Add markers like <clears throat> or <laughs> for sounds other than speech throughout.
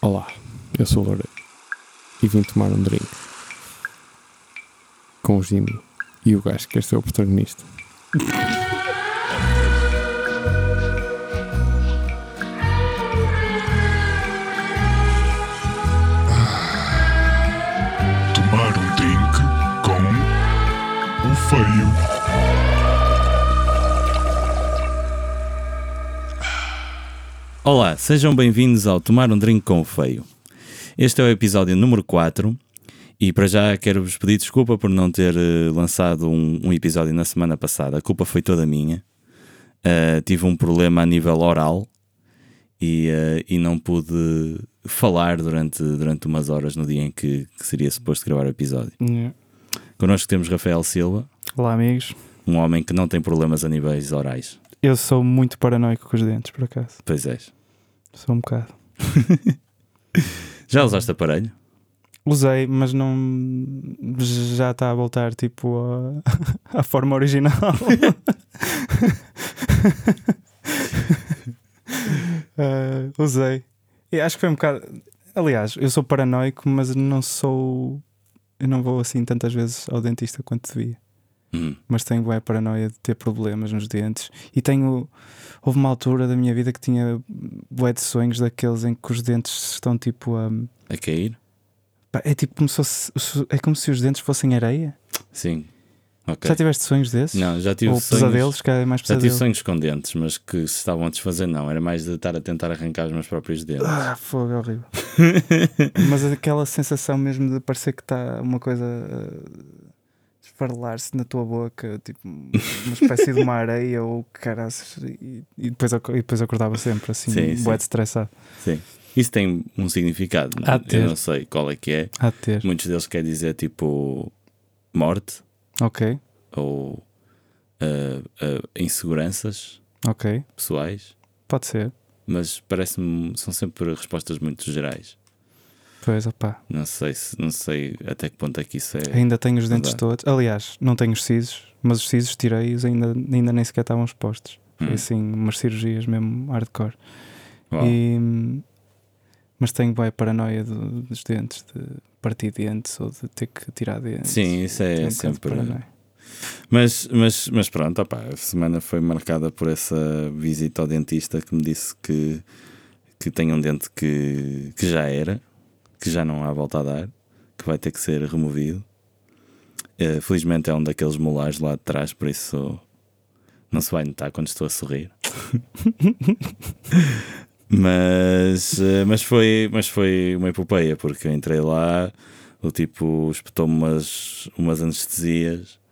Olá, eu sou o Loureiro e vim tomar um drink com o Jimmy e o gajo que quer ser o protagonista. tomar um drink com o feio. Olá, sejam bem-vindos ao Tomar um Drink com o Feio. Este é o episódio número 4 e para já quero-vos pedir desculpa por não ter eh, lançado um, um episódio na semana passada. A culpa foi toda minha. Ah, tive um problema a nível oral e, ah, e não pude falar durante, durante umas horas no dia em que, que seria suposto gravar o episódio. Connosco temos Rafael Silva, É. Olá, amigos. um homem que não tem problemas a níveis orais. Eu sou muito paranoico com os dentes, por acaso. Pois és. Sou um bocado. Já usaste aparelho? Usei, mas não. Já está a voltar, tipo, <laughs> à à forma original. Ah, usei. E acho que foi um bocado. Aliás, eu sou paranoico, mas não sou. Eu não vou assim tantas vezes ao dentista quanto devia. Hum. mas tenho a paranoia de ter problemas nos dentes. E tenho. Houve uma altura da minha vida que tinha bué de sonhos daqueles em que os dentes estão tipo a. A cair? pá, É tipo como se fosse- é como se os dentes fossem areia. Sim. Ok. Já tiveste sonhos desses? Não, já tive Ou sonhos. pesadelos, que é mais Já tive pesadelos. sonhos com dentes, mas que se estavam a desfazer, não. Era mais de estar a tentar arrancar os meus próprios dentes. Ah, fogo, é <laughs> horrível. Mas aquela sensação mesmo de parecer que está uma coisa a esfarelar-se na tua boca, tipo uma espécie de uma areia ou caraças. E, e depois, ac- e depois acordava sempre assim, Sim, sim. bué de estressado. Sim. Isso tem um significado. não é? Há de ter. Eu não sei qual é que é. Há de ter. Muitos deles quer dizer tipo morte Ok, ou ah, ah, inseguranças ok. pessoais, Pode ser. mas parece-me são sempre respostas muito gerais. Pois, opá. Não sei se não sei até que ponto é que isso é. Ainda tenho os dentes Verdade. todos. Aliás, não tenho os sisos, mas os sisos tirei-os ainda, ainda nem sequer estavam expostos. Foi Hum. assim, umas cirurgias mesmo hardcore. Uau. E, hum, mas tenho bem paranoia do- dos dentes, de partir dentes ou de ter que tirar dentes. Sim, isso é Tenho um bocado de sempre- paranoia. Mas, mas, mas pronto, opá, a semana foi marcada por essa visita ao dentista que me disse que, que tem um dente que, que já era, que já não há volta a dar, que vai ter que ser removido. Eh, felizmente é um daqueles molares lá de trás, por isso não se vai notar quando estou a sorrir. <laughs> mas, eh, mas, foi, mas foi uma epopeia, porque eu entrei lá, o tipo espetou-me umas, umas anestesias.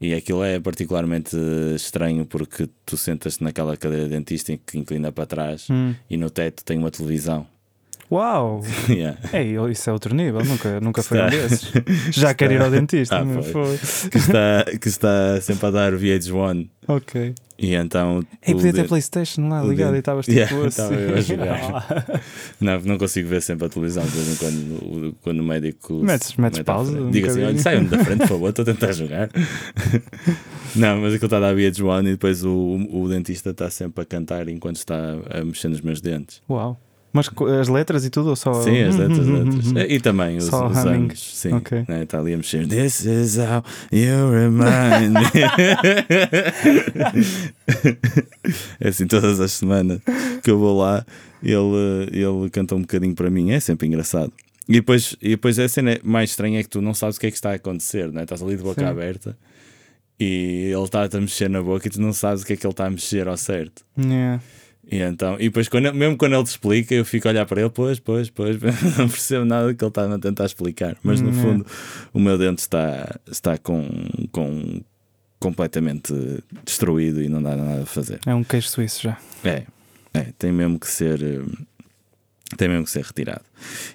E aquilo é particularmente estranho porque tu sentas-te naquela cadeira de dentista em que inclina para trás Hum. e no teto tem uma televisão. <laughs> Uau! Yeah. Ei, isso é outro nível, nunca, nunca foi um Está- desses. <laughs> Já quero ir ao dentista. Ah, meu, foi. foi. que, está, que está sempre a dar VH1. Ok. E então. Ei, o podia ter dedo- Playstation lá o ligado dente- e estavas tipo Yeah, <laughs> assim. estava eu a <laughs> jogar. não, não consigo ver sempre a televisão, de vez em quando, o- quando o médico. Metes- metes mete à pausa frente. um Diga assim: bocadinho. olha, saiam <laughs> da frente, por favor, estou a tentar jogar. <laughs> não, mas aquilo está a dar VH1 e depois o, o dentista está sempre a cantar enquanto está a mexer nos meus dentes. Uau. Mas co- as letras e tudo ou só. Uhum. Sim, as letras, as letras. É, E também os, Só os humming. anos. Sim, Ok. né? está ali a mexer. This is how you remind me. é assim, todas as semanas que eu vou lá, ele, ele canta um bocadinho para mim. É sempre engraçado. E depois, e depois a cena mais estranha é que tu não sabes o que é que está a acontecer, né? estás ali de boca Sim. aberta e ele está-te a mexer na boca e tu não sabes o que é que ele está a mexer ao certo. Yeah. E então, e depois, quando, mesmo quando ele te explica, eu fico a olhar para ele, pois, pois, pois, <laughs> não percebo nada que ele está a tentar explicar. Mas no Hum, é. fundo, o meu dente está, está com, com completamente destruído e não dá nada a fazer. É um queijo suíço já. É, é, tem mesmo que ser. hum, Tem mesmo que ser retirado.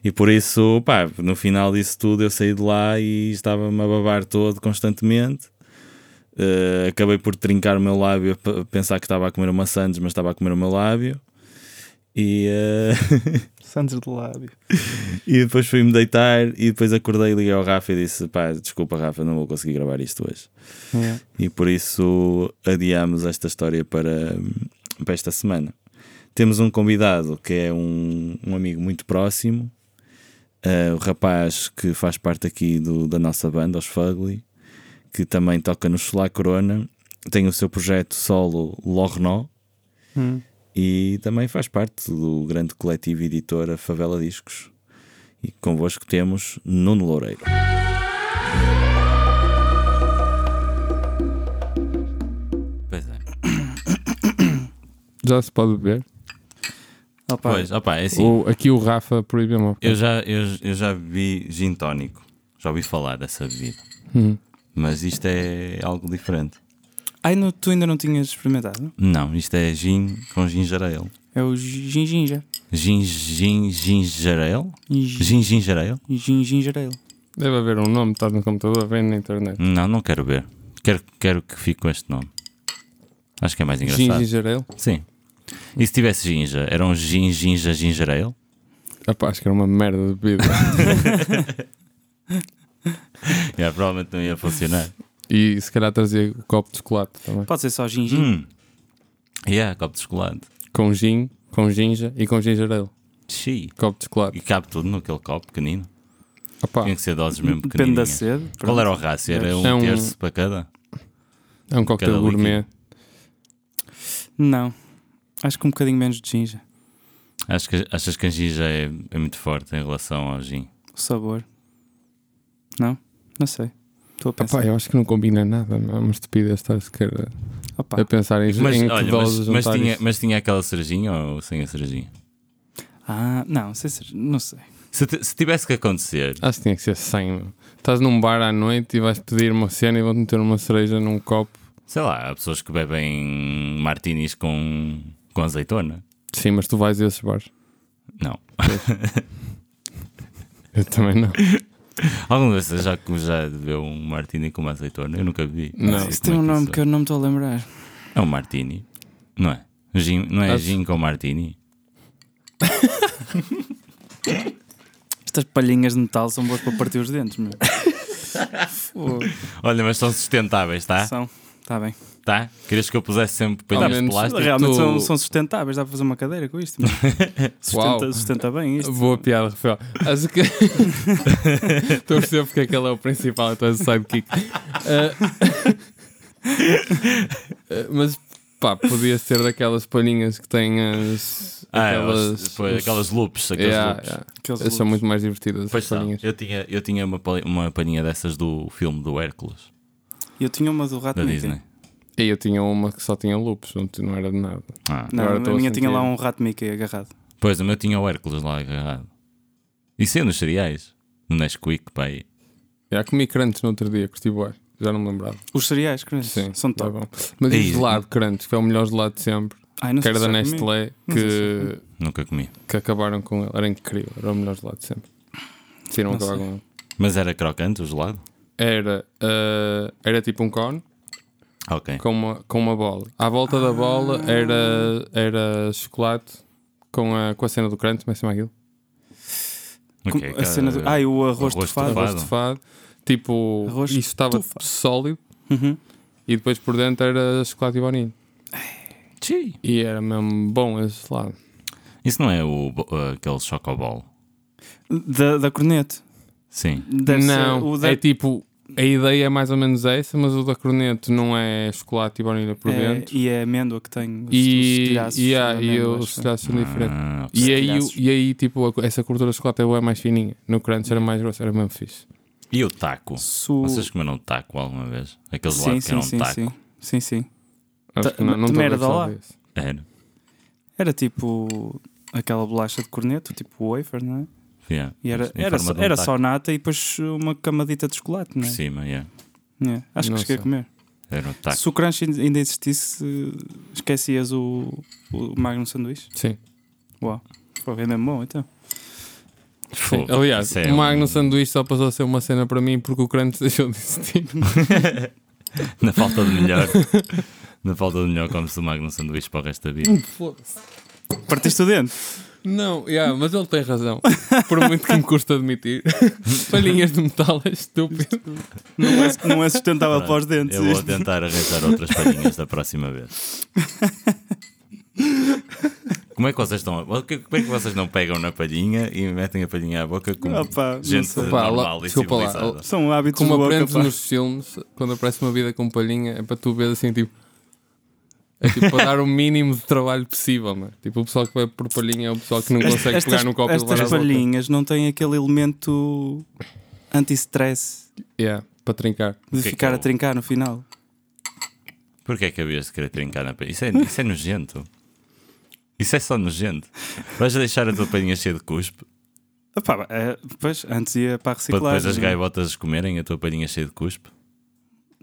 E por isso, pá, no final disso tudo, eu saí de lá e estava-me a babar todo constantemente. Eh, acabei por trincar o meu lábio, a p- pensar que estava a comer uma Sandes, mas estava a comer o meu lábio. E, eh, <laughs> Santos de lábio. e depois fui-me deitar e depois acordei e liguei ao Rafa e disse: pá, desculpa, Rafa, não vou conseguir gravar isto hoje. Yeah. E por isso adiamos esta história para, para esta semana. Temos um convidado que é um, um amigo muito próximo, eh, o rapaz que faz parte aqui do- da nossa banda, os Fugly, que também toca no Solar Corona, tem o seu projeto solo Lornó Hum. e também faz parte do grande coletivo editora Favela Discos. E convosco temos Nuno Loureiro. Pois é. Já se pode beber? Opa, Pois, opa, é assim. Ou aqui o Rafa proibiu-me. Eu já, eu, eu já vi gin tónico, já ouvi falar dessa bebida, Hum. mas isto é algo diferente. Ai, não, tu ainda não tinhas experimentado? Não, isto é gin com ginger ale. É o gin ginger. Gin, gin, ginger ale? Gin Gin, ginger ale? gin ginger ale. Deve haver um nome, estás no computador, vem na internet. Não, não quero ver. Quero, quero que fique com este nome. Acho que é mais Gin engraçado. ginger ale? Sim. E se tivesse ginja, era um gin, ginja, ginger ale? Epá, acho que era uma merda de bebida. <laughs> Já, provavelmente não ia funcionar. e se calhar trazia o copo de chocolate também. Pode ser só gin ginger. hum. Yeah, copo de chocolate. Com gin, com ginja e com ginger ale. Xiii. Copo de chocolate. E cabe tudo naquele copo pequenino. Opá, Tinha que ser doses mesmo Depende da pequenininhas. sede. Qual pronto. era o rácio? Era um, É um- terço para cada? é um coquetel Cada gourmet. Não. Acho que um bocadinho menos de ginger. Acho que, achas que a ginja é, é muito forte em relação ao gin? O sabor. Não? Não sei. Estou a pensar. Opá, eu acho que não combina nada. não É uma estupidez estar sequer a- Opa. a pensar em, Mas, em que olha, mas, doses mas, juntar tinha, isto. mas tinha aquela cerejinha ou sem a cerejinha? Ah, não, sei se- não sei. Se, t- se tivesse que acontecer, Acho que Ah, tinha que ser 100. meu. Estás num bar à noite e vais pedir uma cena e vão-te meter uma cereja num copo. sei lá, há pessoas que bebem martinis com, com azeitona. Sim, mas tu vais a esses bares. Não. <laughs> Eu também não. Alguma vez já, já bebeu um martini com uma azeitona? Eu nunca bebi. Não. sei Isso tem como um é nome isso que eu não me estou a lembrar. É É um martini, não é? Gin, não é Acho- gin com martini? Estas palhinhas de metal são boas para partir os <laughs> dentes, meu. Fogo. Olha, mas são sustentáveis, tá? São. Está bem. Tá? Querias que eu pusesse sempre Ao palhinhas de menos- plástico? Realmente tu- são, são sustentáveis, dá para fazer uma cadeira com isto. <laughs> meu. Uau. Sustenta, sustenta bem isto. Boa piada, Rafael. Acho que. <laughs> Estou a perceber porque é que ele é o principal, então é o sidekick. <laughs> Ah, ah, mas pá, podia ser daquelas palhinhas que têm as. Ah, aquelas, aquelas, foi, os- aquelas loops, aqueles Yeah, loops. yeah. Aqueles Elas São loops. muito mais divertidas. Pois as são. palhinhas. Eu tinha, eu tinha uma, pali- uma paninha dessas do filme do Hércules, Eu tinha uma do Ah, rato da né? Disney. E eu tinha uma que só tinha loops, não, não era de nada. Ah. Não, Agora a estou a minha tinha lá sentir. um rato Mickey agarrado. Pois, o meu tinha o Hércules lá agarrado. Isso é nos cereais, no Nesquik, pai. Já comi crunch no outro dia, curti bué. Já não me lembrava. Os cereais, crunch, Sim, são tá top. bom. Mas e Ei, o gelado crunch, que é o melhor gelado de sempre, Ai, não que sei era se da já comi. Nestlé, Não sei se que. Nunca comi. que acabaram com ele. Era incrível, era o melhor gelado de sempre. Decidiram Não acabar sei. com ele. Mas era crocante o gelado? Era, ah, era tipo um cone É. Ok. com uma, com uma bola. À volta da bola Ah. era, era chocolate com a, com a cena do crunch, mas chama aquilo. Com- Ok, a cara, cena do... Ai, o arroz, arroz tufado. tufado. é Arroz estufado. Tipo, Arroz isso estava estufado. sólido Uhum. e depois por dentro era chocolate e baunilha. Tchi. E era mesmo bom esse gelado. Isso não é o, bo- aquele chocobol? Da, da cornete. Sim. Deve não, ser o da... é tipo, a ideia é mais ou menos essa, mas o da corneto não é chocolate e baunilha por é- dentro. E é amêndoa que tem os, os e, estilhaços e, há- de e amêndoa, os acho. telhados são diferentes. Ah, ok. E aí, o- telhaços. e aí, tipo, a- essa cultura de chocolate é bué mais fininha. No crunch era mais grosso, era mesmo fixe. E o taco? Su- Vocês comeram taco alguma vez? Aquele gelado Sim, que era sim, um sim, taco? sim. Sim, sim. Acho Ta- que não, não estou a ver Tá, merda só lá. disso. Era. Era tipo aquela bolacha de corneto, tipo wafer, não é? Yeah. E era, Em era, forma só, de um era taco só nata e depois uma camadita de chocolate, Por não é? cima, yeah. É, Acho Não que cheguei sei. a comer. Era um taco. Se o crunch ainda ainda existisse, eh, esquecias o, o Magnum Sanduíche? Sim. Uau, foi bem mesmo bom então. Sim. Aliás, isso é o Magno um- Sanduíche só passou a ser uma cena para mim porque o crunch <laughs> deixou de <laughs> existir. <laughs> Na falta de melhor. <laughs> Na falta de melhor, come-se o Magnum sanduíche para o resto da vida. Foda-se. Partiste o <laughs> dente? não, yeah, mas ele tem razão. Por muito que me custa admitir, <laughs> palhinhas de metal é estúpido. Não é, não é sustentável para os dentes. Eu vou <laughs> <laughs> isto. tentar arranjar outras palhinhas da próxima vez. Como é que vocês estão? Como é que vocês não pegam na palhinha e metem a palhinha à boca como Opa, não gente sei. Opa, normal lá- e desculpa lá, civilizada? São hábitos Como de boca, aprendes pá. nos filmes, quando aparece uma vida com palhinha, é para tu ver assim, tipo. É tipo para dar o mínimo de trabalho possível, mano. Tipo, o pessoal que vai por palhinha é o pessoal que não consegue pegar no copo e levar à estas boca. palhinhas não têm aquele elemento anti-stress Yeah, para trincar. de O que é que ficar é a o- trincar no final. Porquê é que havias de querer trincar na palhinha? Isso é, isso é nojento. Isso é só nojento. Vais deixar a tua palhinha cheia de cuspe Opa, é, pois, antes ia para a para reciclagem. depois as né? gaivotas comerem a tua palhinha cheia de cuspe,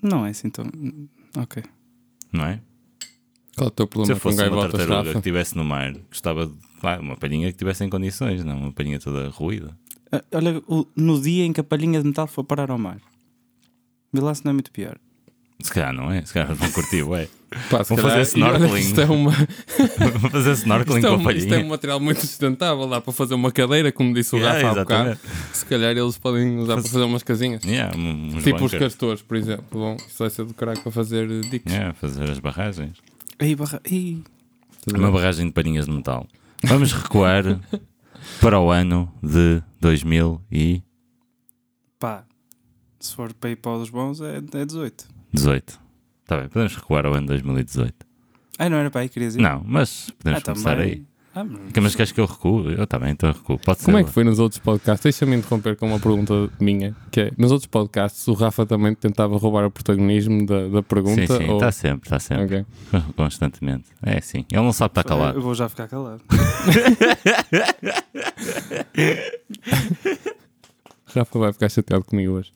Não é assim tão. Ok. não é? Qual é o teu Se problema eu com fosse uma gaivotas, tartaruga que Rafa? estivesse no mar, gostava de claro, uma palhinha que estivesse em condições, não uma palhinha toda ruída. Ah, Olha, o- no dia em que a palhinha de metal for parar ao mar, vê lá se não é muito pior. Se calhar não é, se calhar vão curtir, ué. <laughs> <laughs> Pá, se Vão tipo, fazer calhar- e olha, snorkeling. Isto é, uma, Vou fazer snorkeling isto, é com a um, isto é palhinha. um material muito sustentável. Dá para fazer uma cadeira, como disse o <laughs> Yeah, Rafa há bocado. exatamente. Se calhar eles podem usar para fazer umas casinhas. Yeah, um- uns tipo os bunkers. castores, por exemplo. Bom, isso vai ser do caralho para fazer eh, dicas. Yeah, fazer as barragens. Aí, barra. Aí. Tudo Uma bem. barragem de palhinhas de metal. Vamos recuar <laughs> para o ano de 2018. Pá. Se for para ir para os bons, é, é 18. Está Tá bem, podemos recuar ao ano de 2018. Ai, não era para aí, que querias ir? Não, mas podemos ah, começar também. aí. Ah, mas- Que- Mas queres que eu recuo? Eu também, então eu recuo. Pode ser. Como é que foi nos outros podcasts? Deixa-me interromper com uma pergunta minha, que é, nos outros podcasts o Rafa também tentava roubar o protagonismo da, da pergunta? Sim, sim, tá ou... está sempre, está sempre. Ok. Constantemente. É sim. Ele não sabe estar calado. Eu vou já ficar calado. Rafa vai ficar chateado comigo hoje.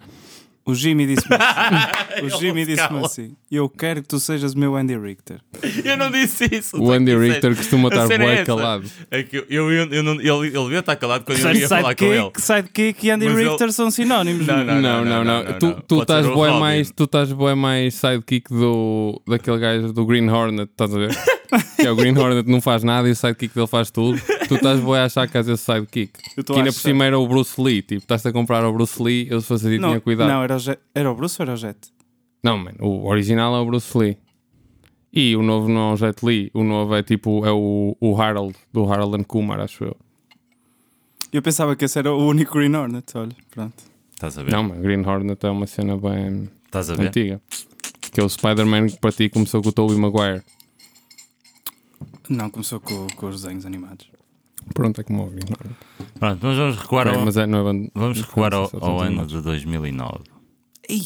O <laughs> Jimmy disse-me assim. O Ele Jimmy disse-me cala. assim. Eu quero que tu sejas o meu Andy Richter. Eu não disse isso. é O Andy Richter costuma estar cena é bem essa. calado. É que eu, eu, eu, eu não, ele, ele devia estar calado quando eu ia falar com ele. Sidekick, sidekick e Andy Mas ele- Richter são sinónimos. Não, meu. Não, não, não. não, Tu, não. tu Pode estás ser o bué Robin. mais, tu estás bué mais sidekick do, daquele gajo do Green Hornet, estás <laughs> a ver? que é o Green Hornet não faz nada e o sidekick dele faz tudo. Tu estás bué a achar que és esse sidekick. Eu tô Que ainda a por achar. cima era o Bruce Lee. Tipo, estás a comprar o Bruce Lee, eu se fosse a ti tinha Não, cuidado. não, era o, Jet, era o Bruce ou era o Jet? Não, mano, o original é o Bruce Lee. E o novo não é o Jet Li, o novo é tipo, é o, o Harold, do Harold and Kumar, acho eu. Eu pensava que esse era o único Green Hornet, olha, pronto. Estás a ver? Não, mano, Green Hornet é uma cena bem Estás a ver? antiga. Que é o Spider-Man que para ti começou com o Tobey Maguire. Não, começou com, com os desenhos animados. Pronto, é como o Green Hornet. Pronto, mas vamos recuar, Ok, ao, mas é, não, é band... vamos recuar ao, Só ao tens ano uma. de 2009.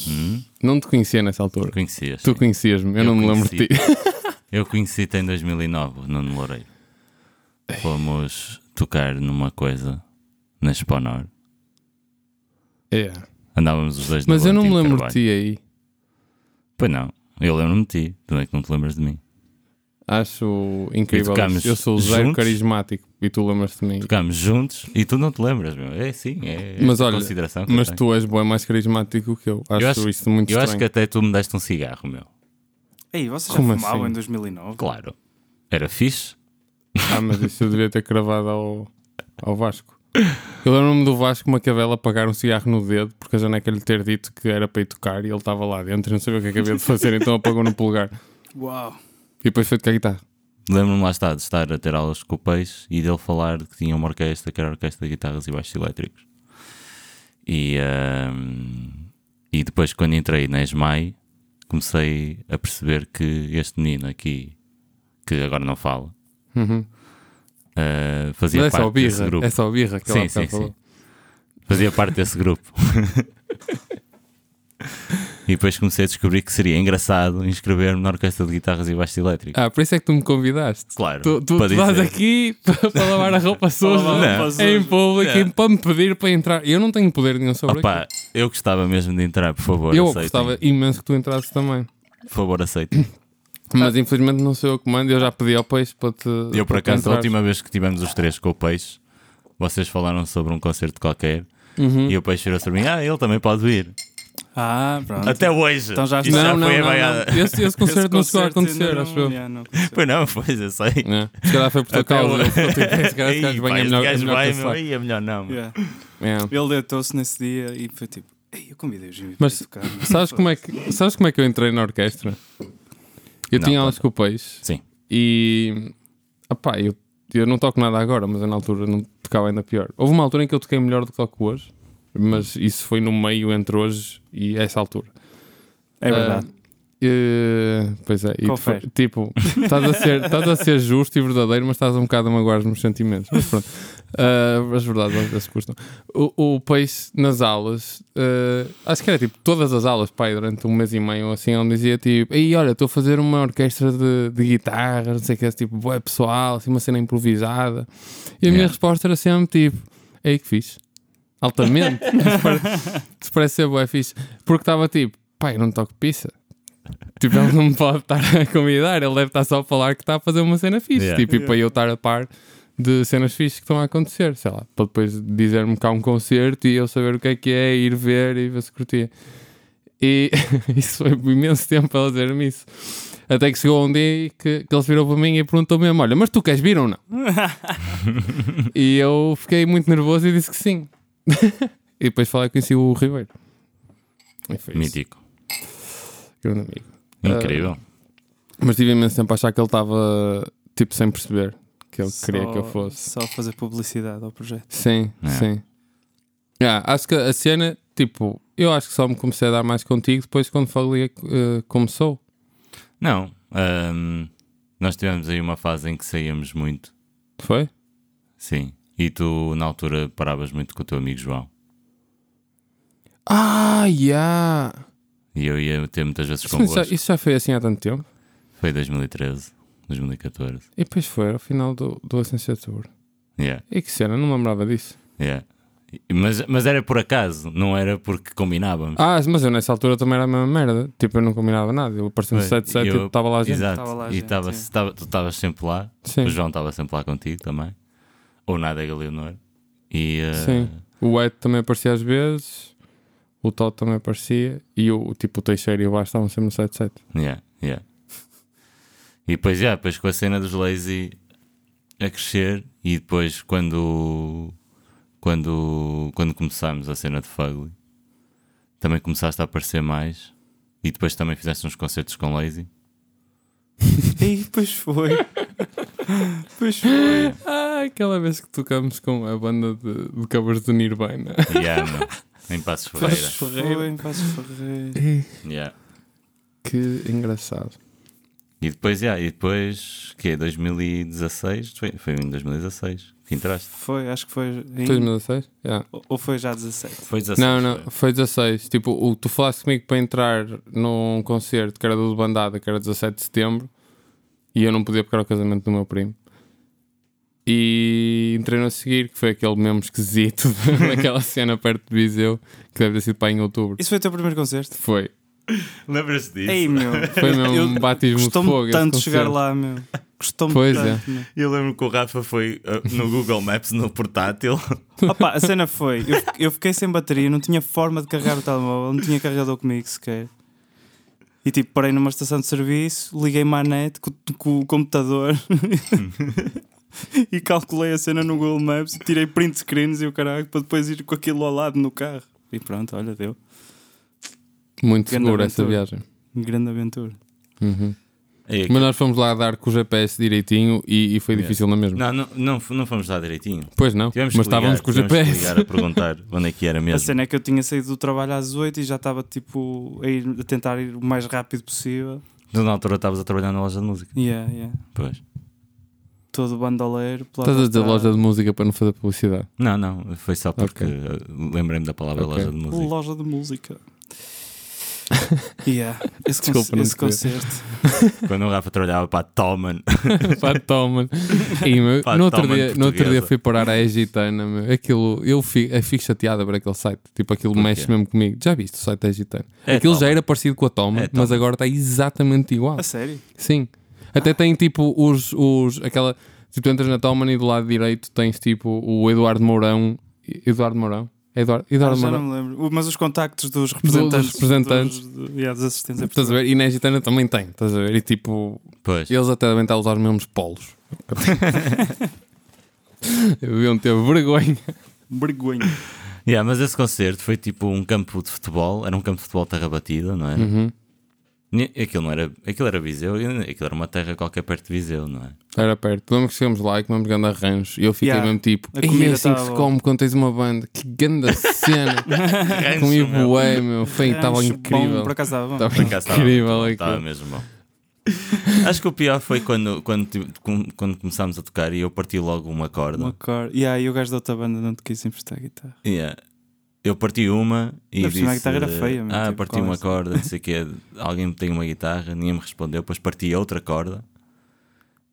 Hum? não te conhecia nessa altura. Conhecias? Tu conhecias-me, eu, Eu não me lembro de ti. Eu conheci-te em 2009, Nuno Loureiro. Fomos tocar numa coisa na Sponor. <laughs> É. Andávamos os dois no Mas eu não me Valentim lembro de Carvalho. ti aí. Pois não, eu lembro-me de ti. Tu é que não te lembras de mim? Acho incrível. E tocámos Eu sou zero juntos? carismático e tu lembras-te de mim. Tocámos juntos e tu não te lembras, meu. É sim, é Mas essa olha, consideração que eu Mas tenho. tu és bem mais carismático que eu. Acho, Eu acho- isso muito Eu estranho. acho que até tu me deste um cigarro, meu. Ei, vocês Como já fumavam assim? em 2009? Claro. Era fixe? é- Ah, mas isso eu devia ter cravado ao, ao Vasco. Eu lembro-me do Vasco Macavela pagar um cigarro no dedo porque a Janeca lhe ter dito que era para ir tocar e ele estava lá dentro e não sabia o que acabei de fazer, então apagou no polegar. Uau! E depois foi tocar guitarra. Lembro-me lá está de estar a ter aulas com o Peixe e dele falar que tinha uma orquestra que era a orquestra de guitarras e baixos elétricos. E, ahm, e depois, quando entrei na ESMAI, comecei a perceber que este menino aqui, que agora não fala, Uhum. ah, fazia Mas é parte só desse birra, grupo. é só birra que ela Sim, sim, falou. sim. <laughs> Fazia parte desse grupo. <laughs> e depois comecei a descobrir que seria engraçado inscrever-me na orquestra de guitarras e baixos elétricos. Ah, por isso é que tu me convidaste. claro. Tu, tu, para tu estás dizer. aqui <laughs> para, para lavar a roupa lavar a suja roupa em público e para me pedir para entrar. Eu não tenho poder nenhum sobre Opa, eu gostava mesmo de entrar, por favor, aquilo. Eu aceitem. gostava imenso que tu entrasses também. Por <laughs> favor, aceitem. Mas infelizmente não sou eu que mando, eu já pedi ao peixe para te. Eu, por para te acaso, a entrar. última vez que tivemos os três com o Peixe, vocês falaram sobre um concerto qualquer Uhum. e o Peixe virou sobre mim: Ah, ele também pode vir. Ah, pronto. Até hoje. Então já Isto está. já Não, não, foi não, avaiada. não. Esse, esse Esse concerto não chegou a concerto ainda acontecer, não- acho eu. <laughs> já não aconteceu. <laughs> Pois não, pois, eu sei. É. Se calhar foi por tua Até causa. hoje. ele ficou tipo, "Esse gajo- esse Ih, gajo pá, bem é este melhor- é gajo melhor que vai, eu meu, saco." aí é melhor não. meu. Yeah. É. Ele deitou-se nesse dia e foi tipo: Ei, eu convidei o Jimmy Mas para tocar. não Sabes foi?" como, é que, sabes como é que eu entrei na orquestra? Eu Não, tinha <laughs> pá. aulas com o peixe Sim. e. Opá, eu eu não toco nada agora, mas eu na altura não tocava ainda pior. Houve uma altura em que eu toquei melhor do que toco hoje, mas isso foi no meio entre hoje e essa altura. É Ah, verdade. eh, pois é, e Confere. depois- tipo, estás a, ser, estás a ser justo e verdadeiro, mas estás um bocado a magoar os meus sentimentos. Mas pronto, Ah, as verdades às vezes custam. O, o peixe nas aulas, ah, acho que era tipo todas as aulas, pai, durante um mês e meio, ou assim, ele me dizia tipo: Ei, olha, estou a fazer uma orquestra de, de guitarra, não sei o que, tipo, boé pessoal, assim, uma cena improvisada. E a minha Yeah. resposta era sempre tipo: Ei, que fixe. Altamente. Isso parece- Isso parece ser boé fixe. Porque estava tipo: Pai, eu não toco pizza. Tipo, ele não me pode estar a convidar, ele deve estar só a falar que está a fazer uma cena fixe. Yeah. Tipo, e para eu estar a par de cenas fixes que estão a acontecer, sei lá, para depois dizer-me cá um concerto e eu saber o que é que é, ir ver e ver se curtia. E <laughs> isso foi imenso tempo a dizer-me isso. Até que chegou um dia que, que ele se virou para mim e perguntou mesmo: Olha, mas tu queres vir ou não? e eu fiquei muito nervoso e disse que sim. <laughs> e depois falei que conheci o Ribeiro. E foi isso. <laughs> Mítico. Grande amigo. Incrível. Mas tive imenso tempo a achar que ele estava tipo sem perceber que ele Só- queria que eu fosse. Só fazer publicidade ao projeto. <laughs> Sim, É. sim. Yeah, acho que a cena, tipo, eu acho que só me comecei a dar mais contigo depois quando falei eh, começou. Não. ahm, nós tivemos aí uma fase em que saíamos muito. Foi? Sim. E tu, na altura, paravas muito com o teu amigo João. Ah, yeah! E eu ia ter muitas vezes Isso, já, convosco. isso já foi assim há tanto tempo. Foi 2013, 2014. E depois foi ao final do, do licenciatura. Yeah, E que cena, não me lembrava disso. yeah. E- Mas, mas era por acaso, não era porque combinávamos. Ah, mas eu nessa altura também era a mesma merda. Tipo, eu não combinava nada. Eu apareci no Pois, 7-7 eu- e estava tipo, lá a gente. Exato. Tava lá a e gente, tava, sim. tava- tu estavas sempre lá, Sim. o João estava sempre lá contigo também. Ou nada, Leonor. E, eh, Sim. O Ed também aparecia às vezes, o Todd também aparecia e o o tipo o Teixeira e o Baixo estavam sempre no 7-7. Yeah, yeah. E depois, yeah, depois com a cena dos lazy a crescer e depois quando quando, quando começámos a cena de Fugly também começaste a aparecer mais e depois também fizeste uns concertos com lazy. Ei, pois foi. pois foi. Ah, aquela vez que tocamos com a banda de, de covers do Nirvana. Yeah, meu. em Passos Ferreira. Pois foi, em Passos Ferreira. Yeah. <laughs> Que engraçado. E depois, yeah, e depois que é 2016? Foi, foi em 2016 que entraste. Foi, acho que foi. Em... 2016? Yeah. ou- Ou foi já 17? Foi 16. Não, não, foi. foi 16. Tipo, o, tu falaste comigo para entrar num concerto que era do Bandada, que era 17 de setembro, e eu não podia porque era o casamento do meu primo. E entrei no a seguir, que foi aquele mesmo esquisito <laughs> daquela cena perto de Viseu, que deve ter sido para em outubro. Isso foi o teu primeiro concerto? Foi. Lembras-te disso? Ei, meu. <laughs> Foi mesmo um batismo de fogo. Gostou-me esse tanto chegar concerto. lá, meu. Gostou-me Pois é. tanto. meu. Eu lembro que o Rafa foi uh, no Google Maps no portátil. Opa, a cena foi, eu, fi- eu fiquei sem bateria, não tinha forma de carregar o telemóvel, não tinha carregador comigo sequer. E tipo, parei numa estação de serviço, liguei-me à net co- com, o computador <laughs> e calculei a cena no Google Maps, tirei print screens e o caralho, para depois ir com aquilo ao lado no carro. E pronto, olha, deu. Muito Grande segura essa aventura. viagem. Grande aventura. Uhum. <laughs> Ei, Mas nós fomos lá dar com o GPS direitinho e, e foi Yeah. difícil na mesma. Não, não, não, f- não fomos lá direitinho. Pois não, Tivemos mas que ligar, estávamos com o tivemos que GPS. ligar <laughs> a perguntar onde é que era A mesmo. cena é que eu tinha saído do trabalho às 8 e já estava tipo a, ir- a tentar ir o mais rápido possível. Tu na altura estavas a trabalhar na loja de música. Yeah, yeah. Pois. Todo bandoleiro. pela Estás a dizer autoestrada. loja de música para não fazer <laughs> publicidade. Não, não, foi só porque Ok. uh, lembrei-me da palavra Ok. loja de música. Loja de música. <laughs> yeah. Esse, Desculpa, conce- não esse queria. concerto. Quando o Rafa trabalhava para a Toman. Pá, toma. <laughs> E, meu, Pá, no, outro toma dia, no outro portuguesa. dia fui parar à Egitana. Meu. Aquilo, eu fico, eu fico chateado por aquele site. Tipo, aquilo Porquê? mexe mesmo comigo. Já viste o site da Egitana? <laughs> É aquilo já Toman. era parecido com a Toma, É mas Toman. agora está exatamente igual. A sério? Sim. Até tem tipo os. os aquela, tipo, tu entras na Toman e do lado direito tens tipo o Eduardo Mourão. Eduardo Mourão? Eduardo, Ah, Eduardo já não Mourão. me lembro. O- Mas os contactos dos representantes. representantes. Dos, do- yeah, dos assistentes. é Estás a ver? E na Gitana também tem, estás a ver? E tipo, Pois. eles até devem estar a usar os mesmos polos. <laughs> Deviam ter vergonha. Vergonha. Yeah, mas esse concerto foi tipo um campo de futebol, era um campo de futebol terra batida, não é? Uhum. Ni- Aquilo não era, aquilo era Viseu, aquilo era uma terra qualquer perto de Viseu, não <laughs> é? Era perto. Lembro que chegamos lá e comemos ganda rancho. E eu fiquei Yeah. mesmo tipo, A "Ei, é comida assim que tava se boa." come quando tens uma banda. Que <laughs> ganda cena. Comi bué, meu. Foi, estava Rancho incrível. Bom, por acaso estava bom. Estava incrível Estava aquilo. mesmo bom. Acho que o pior foi quando, quando, tive- com- quando começámos a tocar e eu parti logo uma corda. Uma cor. E aí o gajo da outra banda não te quis emprestar a guitarra. Yeah. Eu parti uma e Ainda por disse... cima a guitarra era feia, meu, Ah, tipo, parti qual é uma essa?" corda, não sei o quê. Alguém me tem uma guitarra, ninguém me respondeu. Depois parti outra corda.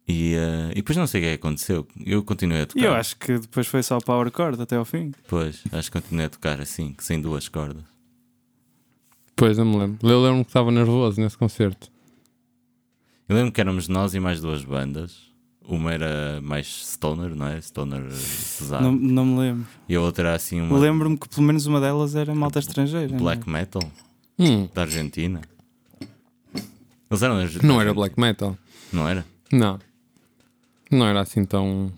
E, eh, e depois não sei o que é que aconteceu. Eu continuei a Tá. tocar. E eu acho que depois foi só o power chord até ao fim. Pois, acho que continuei a tocar assim, que sem duas cordas. Pois, não me lembro. Eu lembro-me que estava nervoso nesse concerto. Eu lembro que éramos nós e mais duas bandas. Uma era mais stoner, não é? Stoner eh, Tá. pesado. Não, não me lembro. E a outra era assim uma Lembro-me que pelo menos uma delas era malta estrangeira. Uhum. não é? black metal Hum, da Argentina. Eles eram da Argentina. não era black metal. Não era? Não. Não era assim tão.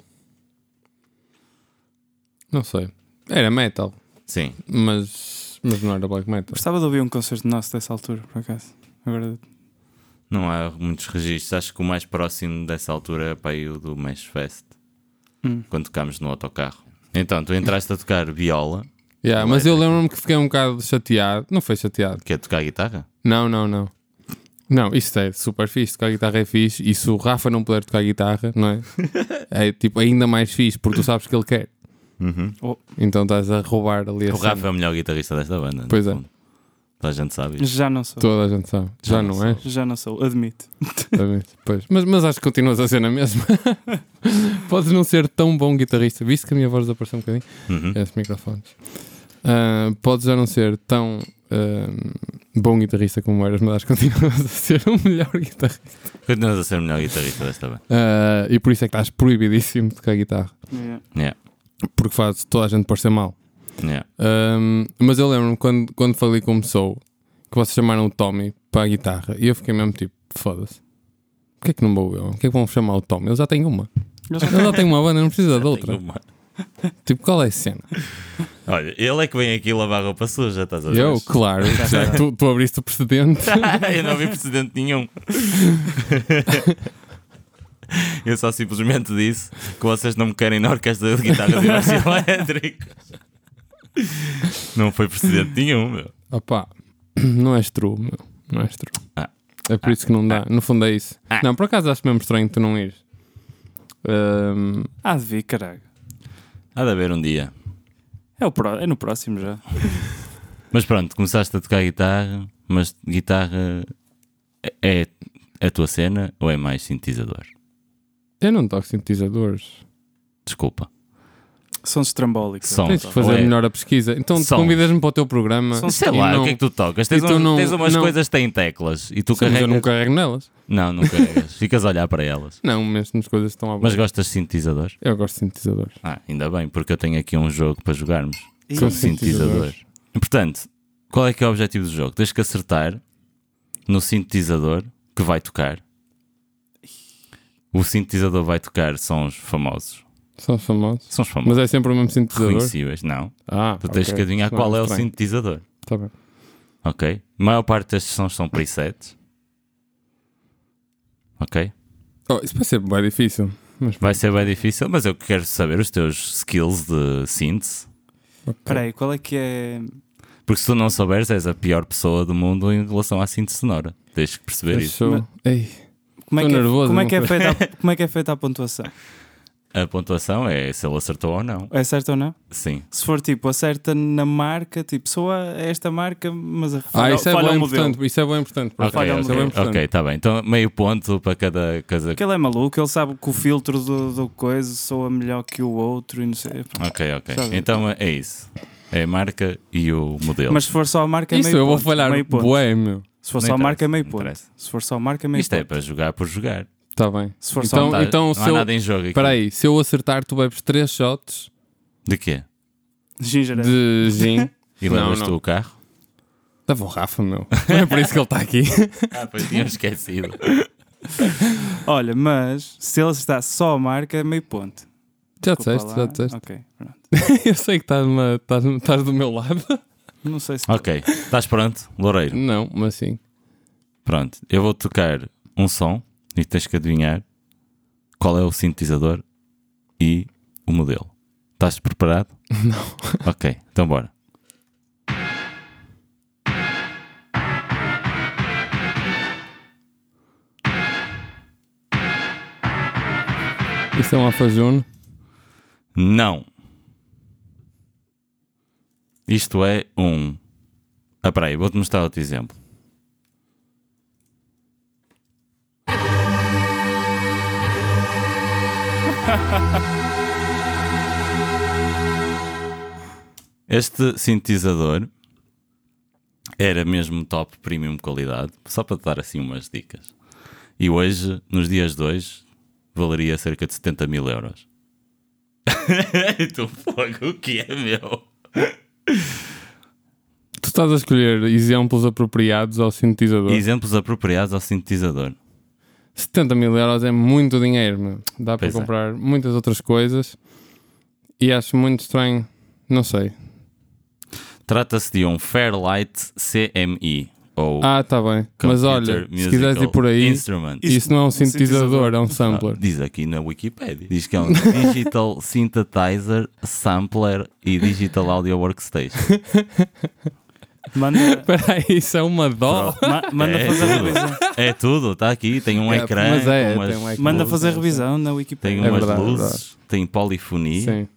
Não sei. Era metal, Sim. mas, mas não era black metal. Gostava de ouvir um concerto nosso dessa altura, por acaso. Agora, Não há muitos registros. Acho que o mais próximo dessa altura é para aí o do Mesh Fest, hum. quando tocámos no autocarro. Então, tu entraste a tocar viola, Yeah, Não mas era. eu lembro-me que fiquei um bocado chateado. Não foi chateado. que é tocar guitarra? Não, não, não. Não, isto é super fixe. Tocar guitarra é fixe. E se o Rafa não puder tocar guitarra, não é? É tipo ainda mais fixe, porque tu sabes que ele quer. Então estás a roubar ali a O cena. Rafa é o melhor guitarrista desta banda. no Pois é. fundo. Toda a gente sabe isso. já não sou. Toda a gente sabe. Já, Já não não, é? Já não sou, admito. Exatamente, pois. Mas, mas acho que continuas a ser na mesma. <laughs> Podes não ser tão bom guitarrista. Viste que a minha voz desapareceu um bocadinho? Uhum. Esses microfones. Ah, podes já não ser tão ah, bom guitarrista como eras, mas acho que continuas a ser o melhor guitarrista. Continuas a ser o melhor guitarrista desta banda. Ah, e por isso é que estás proibidíssimo de tocar guitarra. Yeah. Porque faz toda a gente parecer mal. Yeah. Um, mas eu lembro-me quando, quando falei começou que vocês chamaram o Tommy para a guitarra e eu fiquei mesmo tipo, foda-se. Porquê que não vou eu? Porquê que vão chamar o Tommy? Ele já tem uma. Ele já tem uma banda, não <laughs> precisa de outra. Tenho uma- Tipo, qual é a cena? Olha, ele é que vem aqui lavar roupa suja, estás a ver? Eu, <laughs> claro, já, tu, tu abriste o precedente. <laughs> eu não vi precedente <laughs> nenhum. Eu só simplesmente disse que vocês não me querem na orquestra de guitarras e <laughs> baixos elétricos. Não foi precedente nenhum, meu. Opa, <clears throat> não és true, meu. Não és true. Ah. É por isso que não dá. No fundo é isso. Ah. Não, por acaso acho mesmo estranho que tu não ires. Um, Ah, devia, caralho. Há de haver um dia. É, o pró- é no próximo já. Mas pronto, começaste a tocar guitarra, mas guitarra é, é a tua cena ou é mais sintetizador? eu não toco sintetizadores. Desculpa. Sons estrambólicos. Som. Tens que fazer Ou é- melhor a pesquisa. Então tu Sons. convidas-me para o teu programa. Sons. Sei e lá, não- o que é que tu tocas? Tens, e tu um- não- tens umas não- coisas que têm teclas e tu Sim, mas eu carregas. não carrego nelas. Não, não carregas. Ficas a olhar <laughs> para elas. Não, mesmo as coisas estão à Mas boca. gostas de sintetizador? Eu gosto de sintetizadores. Ah, ainda bem, porque eu tenho aqui um jogo para jogarmos. Ih. Com sintetizador. sintetizadores. Portanto, qual é que é o objetivo do jogo? Tens que acertar no sintetizador que vai tocar. O sintetizador vai tocar sons famosos. São famosos. Sons famosos. Mas é sempre o mesmo sintetizador. Reconhecíveis, não. Ah, Tu tens ok. que adivinhar Não, qual é o estranho. sintetizador. Tá bem. Ok? A maior parte destes sons são presets. Ok? Oh, isso vai ser bem difícil. Mas Vai ser bem difícil, mas eu quero saber os teus skills de síntese. ok. Espera aí, qual é que é. Porque se tu não souberes, és a pior pessoa do mundo em relação à síntese sonora. Tens que perceber Deixa isso. eu- Mas- Ei, Como é Tô que, é- nervoso, como é, que é não feita <laughs> a, como é que é feita a pontuação? A pontuação é se ele acertou ou não. É certo ou não? Sim. Se for tipo, acerta na marca, tipo, sou a esta marca, mas a Ah, isso é falha bem o modelo. importante. Isso é bem importante. por Ok, acaso. falha Isso é bem um ok, importante. ok, tá bem. Então, meio ponto para cada coisa. Porque ele é maluco, ele sabe que o filtro do, do coisa sou a melhor que o outro e não sei. Ok, ok. Sabe? Então é isso. É a marca e o modelo. Mas se for só a marca, é Isso meio eu vou ponto, falhar. meio ponto. Bué, meu. Se for Não só a marca, é interessa, meio não ponto. interessa. Se for só a marca, é meio Isto é ponto. <laughs> para jogar por jogar. Tá bem. Se for só Então, a Tá- então não se há eu... nada em jogo aqui. Espera aí. Se eu acertar, tu bebes 3 shots De quê? ginger é ale. de gin. <laughs> E Não, levas tu não. o carro? Dava o Rafa, meu. Não é por isso que ele está <laughs> aqui. Ah, pois tinha esquecido. <laughs> Olha, mas se ele está só a marca, é meio ponto. Já Desculpa disseste, lá. já disseste. Ok, pronto. <laughs> Eu sei que estás numa- estás- <laughs> estás do meu lado. Não sei se. ok, estás pronto, Loureiro? Não, mas sim. Pronto, eu vou tocar um som e tens que adivinhar qual é o sintetizador e o modelo. Estás preparado? Não. Ok, então bora. Isso é um Alfa Juno. Não. Isto é um. Ah, peraí, vou-te mostrar outro exemplo. <laughs> Este sintetizador era mesmo top premium qualidade, só para te dar assim umas dicas. E hoje, nos dias de hoje, valeria cerca de 70 mil euros. <laughs> tu fogo, o que é meu? Tu estás a escolher exemplos apropriados ao sintetizador. Exemplos apropriados ao sintetizador. 70 mil euros é muito dinheiro, meu. Dá para Pois é. comprar muitas outras coisas e acho muito estranho. Não sei. Trata-se de um Fairlight CMI. Ou Ah, está bem. Mas Computer olha, se Musical quiseres ir por aí, Instrument. Ah, isso não é um sintetizador, é um sampler. Diz aqui na Wikipedia. Diz que é um Digital Synthetizer, Sampler e Digital Audio <laughs> Workstation. <laughs> Manda, Espera aí, isso é uma dó. ma- manda É fazer a tudo. revisão. É tudo, está aqui. Tem um É, ecrã. mas é, com umas tem um ecrã. Manda luzes, fazer a revisão na Tem Wikipedia. É umas verdade, é luzes, tem polifonia Sim.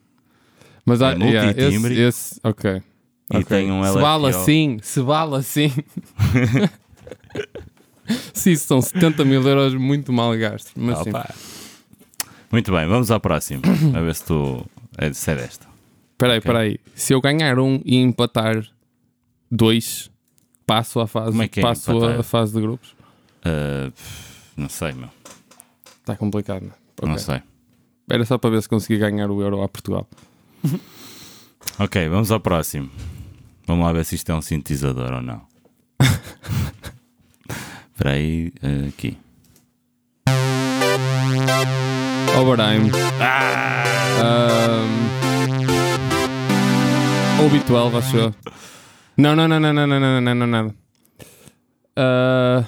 Mas há, É yeah, esse, multitimbre. esse- ok. e ok. tem um se LFO. vale assim, se vale <laughs> assim. se isso são 70 mil euros, muito mal gasto. Mas sim. Opa. Muito bem, vamos ao próximo. <coughs> A ver se tu é de ser esta. Peraí, Ok. peraí. Se eu ganhar um e empatar dois, passo à fase, Como é que é passo empatar? a, a fase de grupos. Ah, pff, não sei, meu. Está complicado, não é? Não Ok. sei. Era só para ver se consegui ganhar o euro a Portugal. Ok, vamos ao próximo. Vamos lá ver se isto é um sintetizador <laughs> ou não. Espera aí, eh, aqui. Overtime. Ah. Um, OB12, acho eu. Não, não, não, não, não, não, não, não, não, nada. Ah,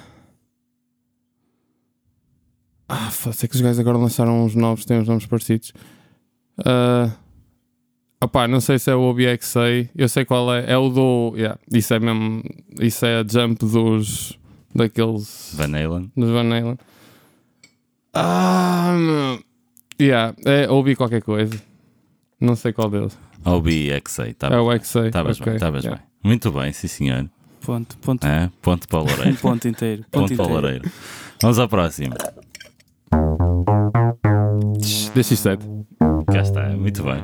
Ah, foda-se, é que os gajos agora lançaram uns novos, têm uns nomes parecidos. Ah, opá, não sei se é o OBXA, eu sei qual é. É o do. yeah, isso é mesmo. Isso é a jump dos. daqueles Van Halen. dos Van Halen. Ah, meu. Yeah, é, ouvi qualquer coisa. Não sei qual deles. OBXA. é Estavas o XA. Tá bem, estavas yeah. bem. Muito bem, sim senhor. Ponto, ponto. É, ponto para o Um <laughs> Loureiro. ponto inteiro. Ponto ponto para o inteiro. Loureiro. Vamos ao próximo. DX7. Cá está, muito bem.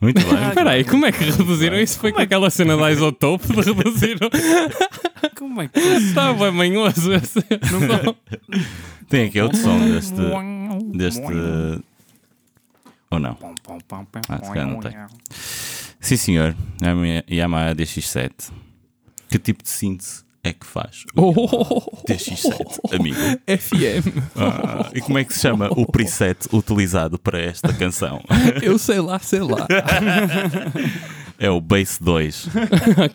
Muito <laughs> bem. Espera aí, como é que reduziram isso? Foi com aquela cena da isotope de reduziram? Como é que isso? Estava bem manhoso. <laughs> esse som. Tem aqui outro som deste. deste. Ou não? Ah, se calhar não tem. Hum. Sim, senhor. É a minha Yamaha DX7. Que tipo de síntese é que faz? O Oh, oh, oh, oh, DX7, amigo. FM. Ah, e como é que se chama o preset utilizado para esta canção? Eu sei lá, sei lá. É o Bass 2.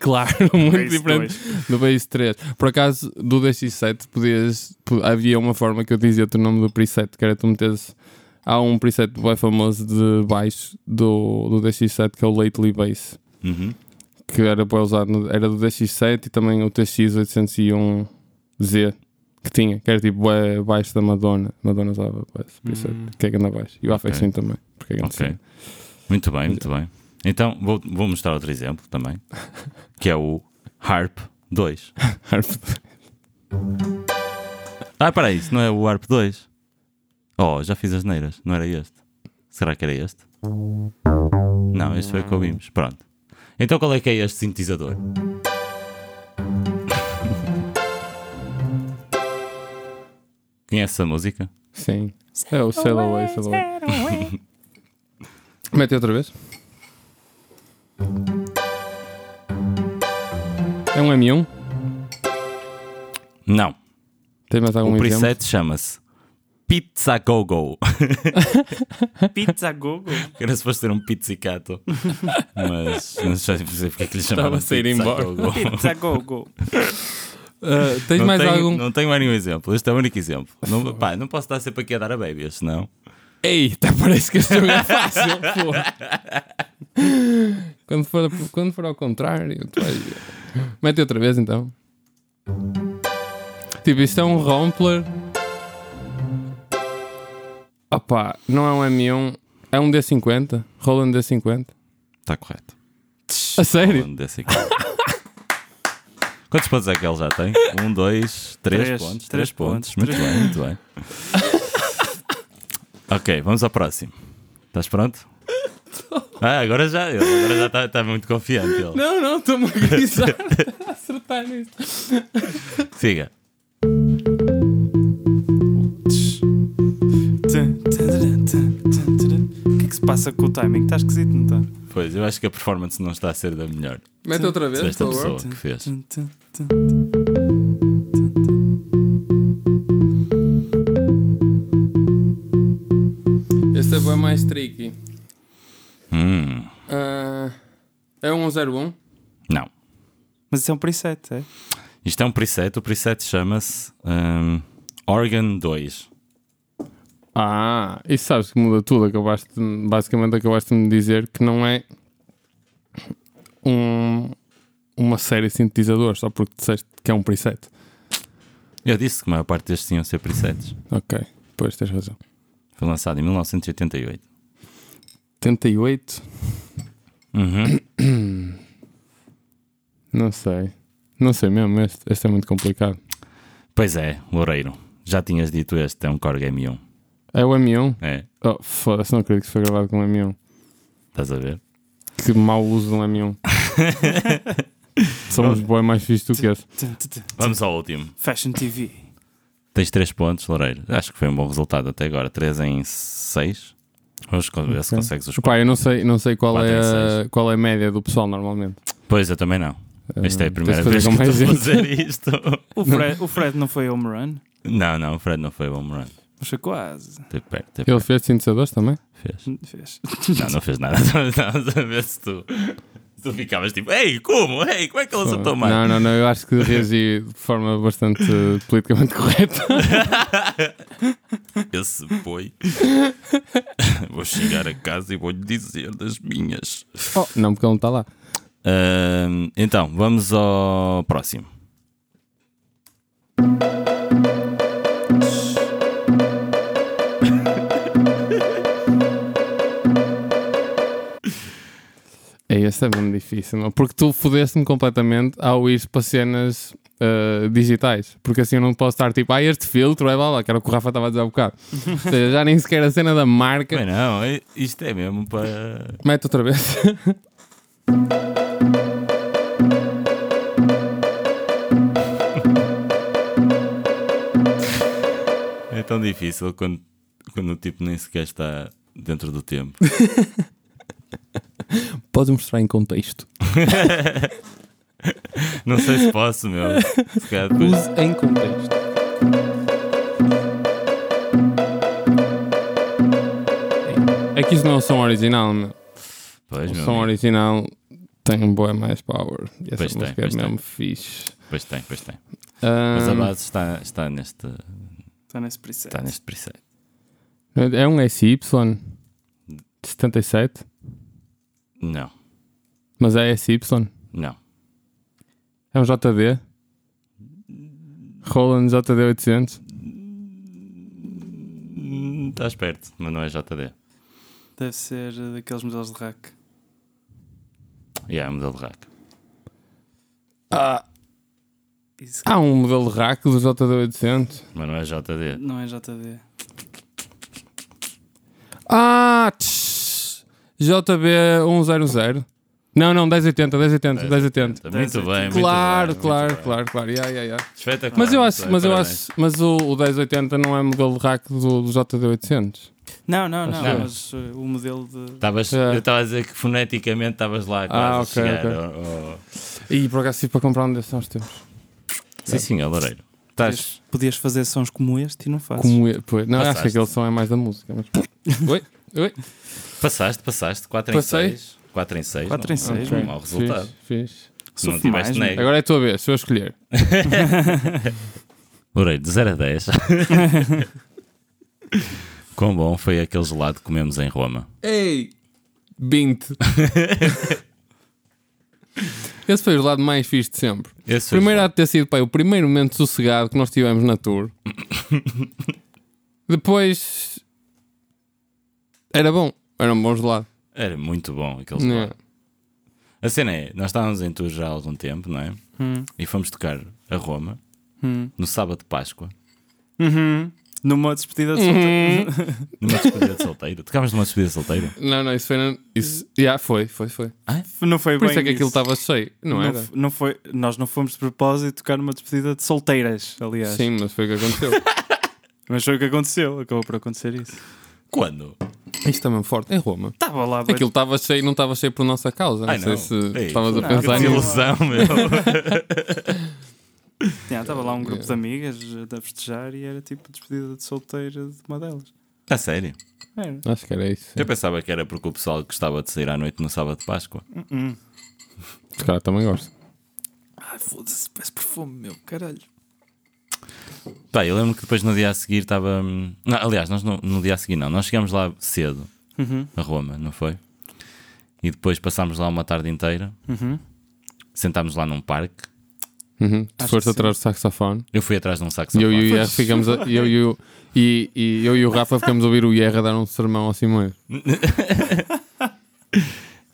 <laughs> claro, muito Base diferente do Base 3. Por acaso, do DX7, podias, po- havia uma forma que eu dizia-te o nome do preset, que era tu meteres. Há um preset bem famoso de baixo do, do DX7 que é o Lately Bass, Uhum. que era para usar, no- era do DX7 e também o TX801Z que tinha, que era tipo bué baixo da Madonna. Madonna usava bué esse preset, que é que anda baixo. E o Affection também, porque é que anda Hum. Ok. assim. <laughs> Muito bem, muito bem. Então vou, vou mostrar outro exemplo também. Que é o Harp 2. Ah, peraí, isso não é o Harp 2? Oh, já fiz as neiras, não era este? Será que era este? Não, este foi o que ouvimos. Pronto. Então qual é que é este sintetizador? <laughs> Conhece é essa música? Sim. É o Sail Away, Sail Away. <laughs> Mete outra vez. É um M1? Não. Tem mais algum o É um exemplo? preset chama-se Pizza Go Go. <laughs> Pizza Google. Que Era suposto ter um <laughs> pizzicato. Mas não sei porque é que lhe Estava chamaram a sair <laughs> Pizza embora. Go Go. Pizza Google. Ah, tens não, mais tenho, algum? não tenho mais nenhum exemplo. Este é o único exemplo. <laughs> Não, pá, não posso estar sempre aqui a dar a baby, senão. Ei, até <laughs> parece que este jogo é fácil. pô. quando, for, quando for ao contrário, tu vais ver. Mete outra vez então. Tipo, isto é um rompler. Opá, não é um M1, é um D50. Roland D50. Está correto. um A sério? Falando desse aqui. Quantos pontos é que ele já tem? Um, dois, três, Três. pontos. Três, Três pontos. pontos. Muito Três. bem, muito bem. ok, vamos ao próximo. Estás <laughs> pronto? Ah, agora já. ele Agora já está está muito confiante. Ele. Não, não, estou-me a grisar. a acertar nisto. Siga. O que é que se passa com o timing? Está esquisito, não está? Pois, eu acho que a performance não está a ser da melhor. Mete outra vez, por Desta favor. pessoa que fez. Este é bem mais tricky. Hum, Ah, é um 01? não. Mas isso é um preset, é? Isto é um preset. O preset chama-se hum, Organ 2. Ah, isso sabes que muda tudo. Acabaste, basicamente acabaste de me dizer que não é um, uma série de sintetizadores, só porque disseste que é um preset. Eu disse que a maior parte destes tinham ser presets. Ok, pois tens razão. Foi lançado em 1988. 78? Uhum. <clears throat> Não sei. Não sei mesmo, este, este é muito complicado. <coughs> Pois é, Loureiro. Já tinhas dito este, é um Core Game 1. É o M1? É, Oh, foda-se, não acredito que isso foi gravado com um M1. estás <laughs> a ver? Que mau uso de um M1. Somos boi mais fixe do que esse. Vamos ao último. Fashion TV. Tens 3 pontos, Loureiro. Acho que foi um bom resultado até agora. 3 em 6. Vamos con- ver se Ok. consegues os Pá, eu não sei, não sei qual, Quatro é em a, qual é a média do pessoal normalmente. Pois, eu também não. Esta é a Ah, primeira tens vez de que fazer com mais estou a gente. fazer <laughs> isto. O Fred, o Fred não foi home run? não, não, o Fred não foi o home run. Mas foi quase. <laughs> Teve perto, teve Ele perto. fez sintetizadores também? Fez. Fez. Não, não fez nada. <laughs> Estás a ver se tu, se tu ficavas tipo, ei, como? Ei, como é que ele acertou mais? Não, não, não, eu acho que reagi de forma bastante eh, politicamente correta. <laughs> Esse boi. <laughs> vou chegar a casa e vou-lhe dizer das minhas. Oh, não, porque ele não está lá. Ahm, então, vamos ao próximo. É, esse é mesmo difícil, não? porque tu fodeste-me completamente ao ir para cenas ah, digitais, porque assim eu não posso estar tipo, ah, este filtro é blá blá, que era o que o Rafa estava a dizer há bocado. Ou seja, já nem sequer a cena da marca. Bem, não, é- isto é mesmo para. Mete outra vez. É tão difícil quando, quando o tipo nem sequer está dentro do tempo. <laughs> <laughs> Podes mostrar em contexto. Não sei se posso, meu. Se calhar depois- Use em contexto. É que isso não é um som original, meu. Pois, O meu som amigo, original tem um boé mais power. E essa Pois tem, música pois é tem. mesmo fixe. pois tem, pois tem. Mas a Ahm, base está, está, neste, Está Tá nesse preset. Tá está neste preset. é um SY de 77, Não, mas é SY. não. É um JD. Roland JD 800. Hum, Estás perto, mas não é JD. Deve ser eh, daqueles modelos de rack. E yeah, é um modelo de rack. Isso Ah, Há um modelo de rack do JD 800. Mas não é JD. não é JD. Ah! tch, JB 100. Não, não, 1080, 1080, 1080. Muito bem, É muito Claro, bem, claro, muito bem. claro, claro. Yeah, yeah, yeah. Espetacular. Mas eu acho, muito bem, mas eu Ah, parabéns. acho, mas o, o 1080 não é modelo de rack do, do JD 800. Não, não, não. Acho que- Mas eh, o modelo de. Estavas- É. Eu estava a dizer que foneticamente estavas lá Ah, quase ok, a chegar. ok. ao- ao- E por acaso tive para comprar um desses há uns tempos. Sim, sim, é Loureiro. Estás. Podias, podias fazer sons como este e não fazes. Como eu, pois, não, acho Passaste. que aquele som é mais da música. Mas... <laughs> Oi? Oi? Passaste, passaste. 4 em Passei? 6. 4 em 6. Quatro em seis, Não, Ok, um mau resultado. Fixe, fixe. Se não Sofre tiveste, mais, nega. Agora é a tua vez, se eu escolher. Loureiro, de 0 a <laughs> 10. Quão bom foi aquele gelado que comemos em Roma? Ei! <laughs> 20. Esse foi o lado mais fixe de sempre. Esse Primeiro há de ter sido pá, o primeiro momento sossegado que nós tivemos na <laughs> tour. Depois. Era bom. Era um bom gelado. Era muito bom aquele Não é? gelado. A cena é, nós estávamos em tour já há algum tempo, não é? Hum. E fomos tocar a Roma Hum. no sábado de Páscoa, Uhum. Numa despedida de solteiro. Uhum. numa despedida de <laughs> solteiro. Tocámos numa despedida de solteiro? Não, não, isso foi. na- Isso, yeah, foi, foi, foi. Não foi Por bem. isso é que aquilo isso. estava cheio, não, não, era? f- não foi, nós não fomos de propósito tocar numa despedida de solteiras, aliás. Sim, mas foi o que aconteceu. Mas foi o que aconteceu, acabou por acontecer isso. Quando? <laughs> Isto também é forte. Em Roma. Estava lá, Aquilo estava cheio, não estava cheio por nossa causa. Não Ai, sei não. se Ei, estavas a É não, pensar que nisso. ilusão, <laughs> meu. estava lá um grupo Yeah. de amigas a festejar e era tipo despedida de solteira de uma delas. A sério? Era. Acho que era isso. Eu pensava que era porque o pessoal gostava de sair à noite no sábado de Páscoa. Uhum. Uh-uh. Os caras também gostam. Ai, foda-se, parece perfume, meu caralho. Pá, eu lembro que depois no dia a seguir estava. hum, não, Aliás, nós no, no dia a seguir não, nós chegámos lá cedo, Uhum. a Roma, não foi? E depois passámos lá uma tarde inteira, Uhum. sentámos lá num parque. Uhum. Tu Acho foste que atrás do saxofone. Eu fui atrás de um E saxofone. eu e o Ierra ficamos a, eu, e o- e, e eu e o Rafa ficamos a ouvir o Ierra dar um sermão ao Simões.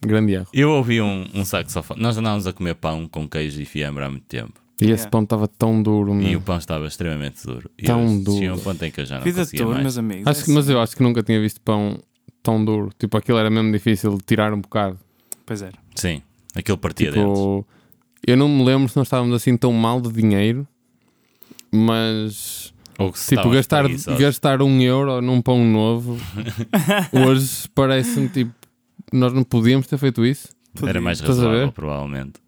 Grande erro. Eu ouvi um, um saxofone. Nós andávamos a comer pão com queijo e fiambre há muito tempo. E esse Yeah. pão estava tão duro, E meu. o pão estava extremamente duro. E Hum. Tão eu- duro. Tinha um ponto em que eu já não Vida conseguia toda, mais. meus amigos. É Acho que- mas eu acho que nunca tinha visto pão tão duro. Tipo, aquilo era mesmo difícil de tirar um bocado. assim. Pois era. Sim, aquilo partia dentro. Tipo, eu não me lembro se nós estávamos assim tão mal de dinheiro, mas Ou se tipo, estavas gastar, preguiçoso. gastar um euro num pão <laughs> novo hoje parece-me tipo, nós não podíamos ter feito isso. Era mais Estás a ver? razoável, provavelmente.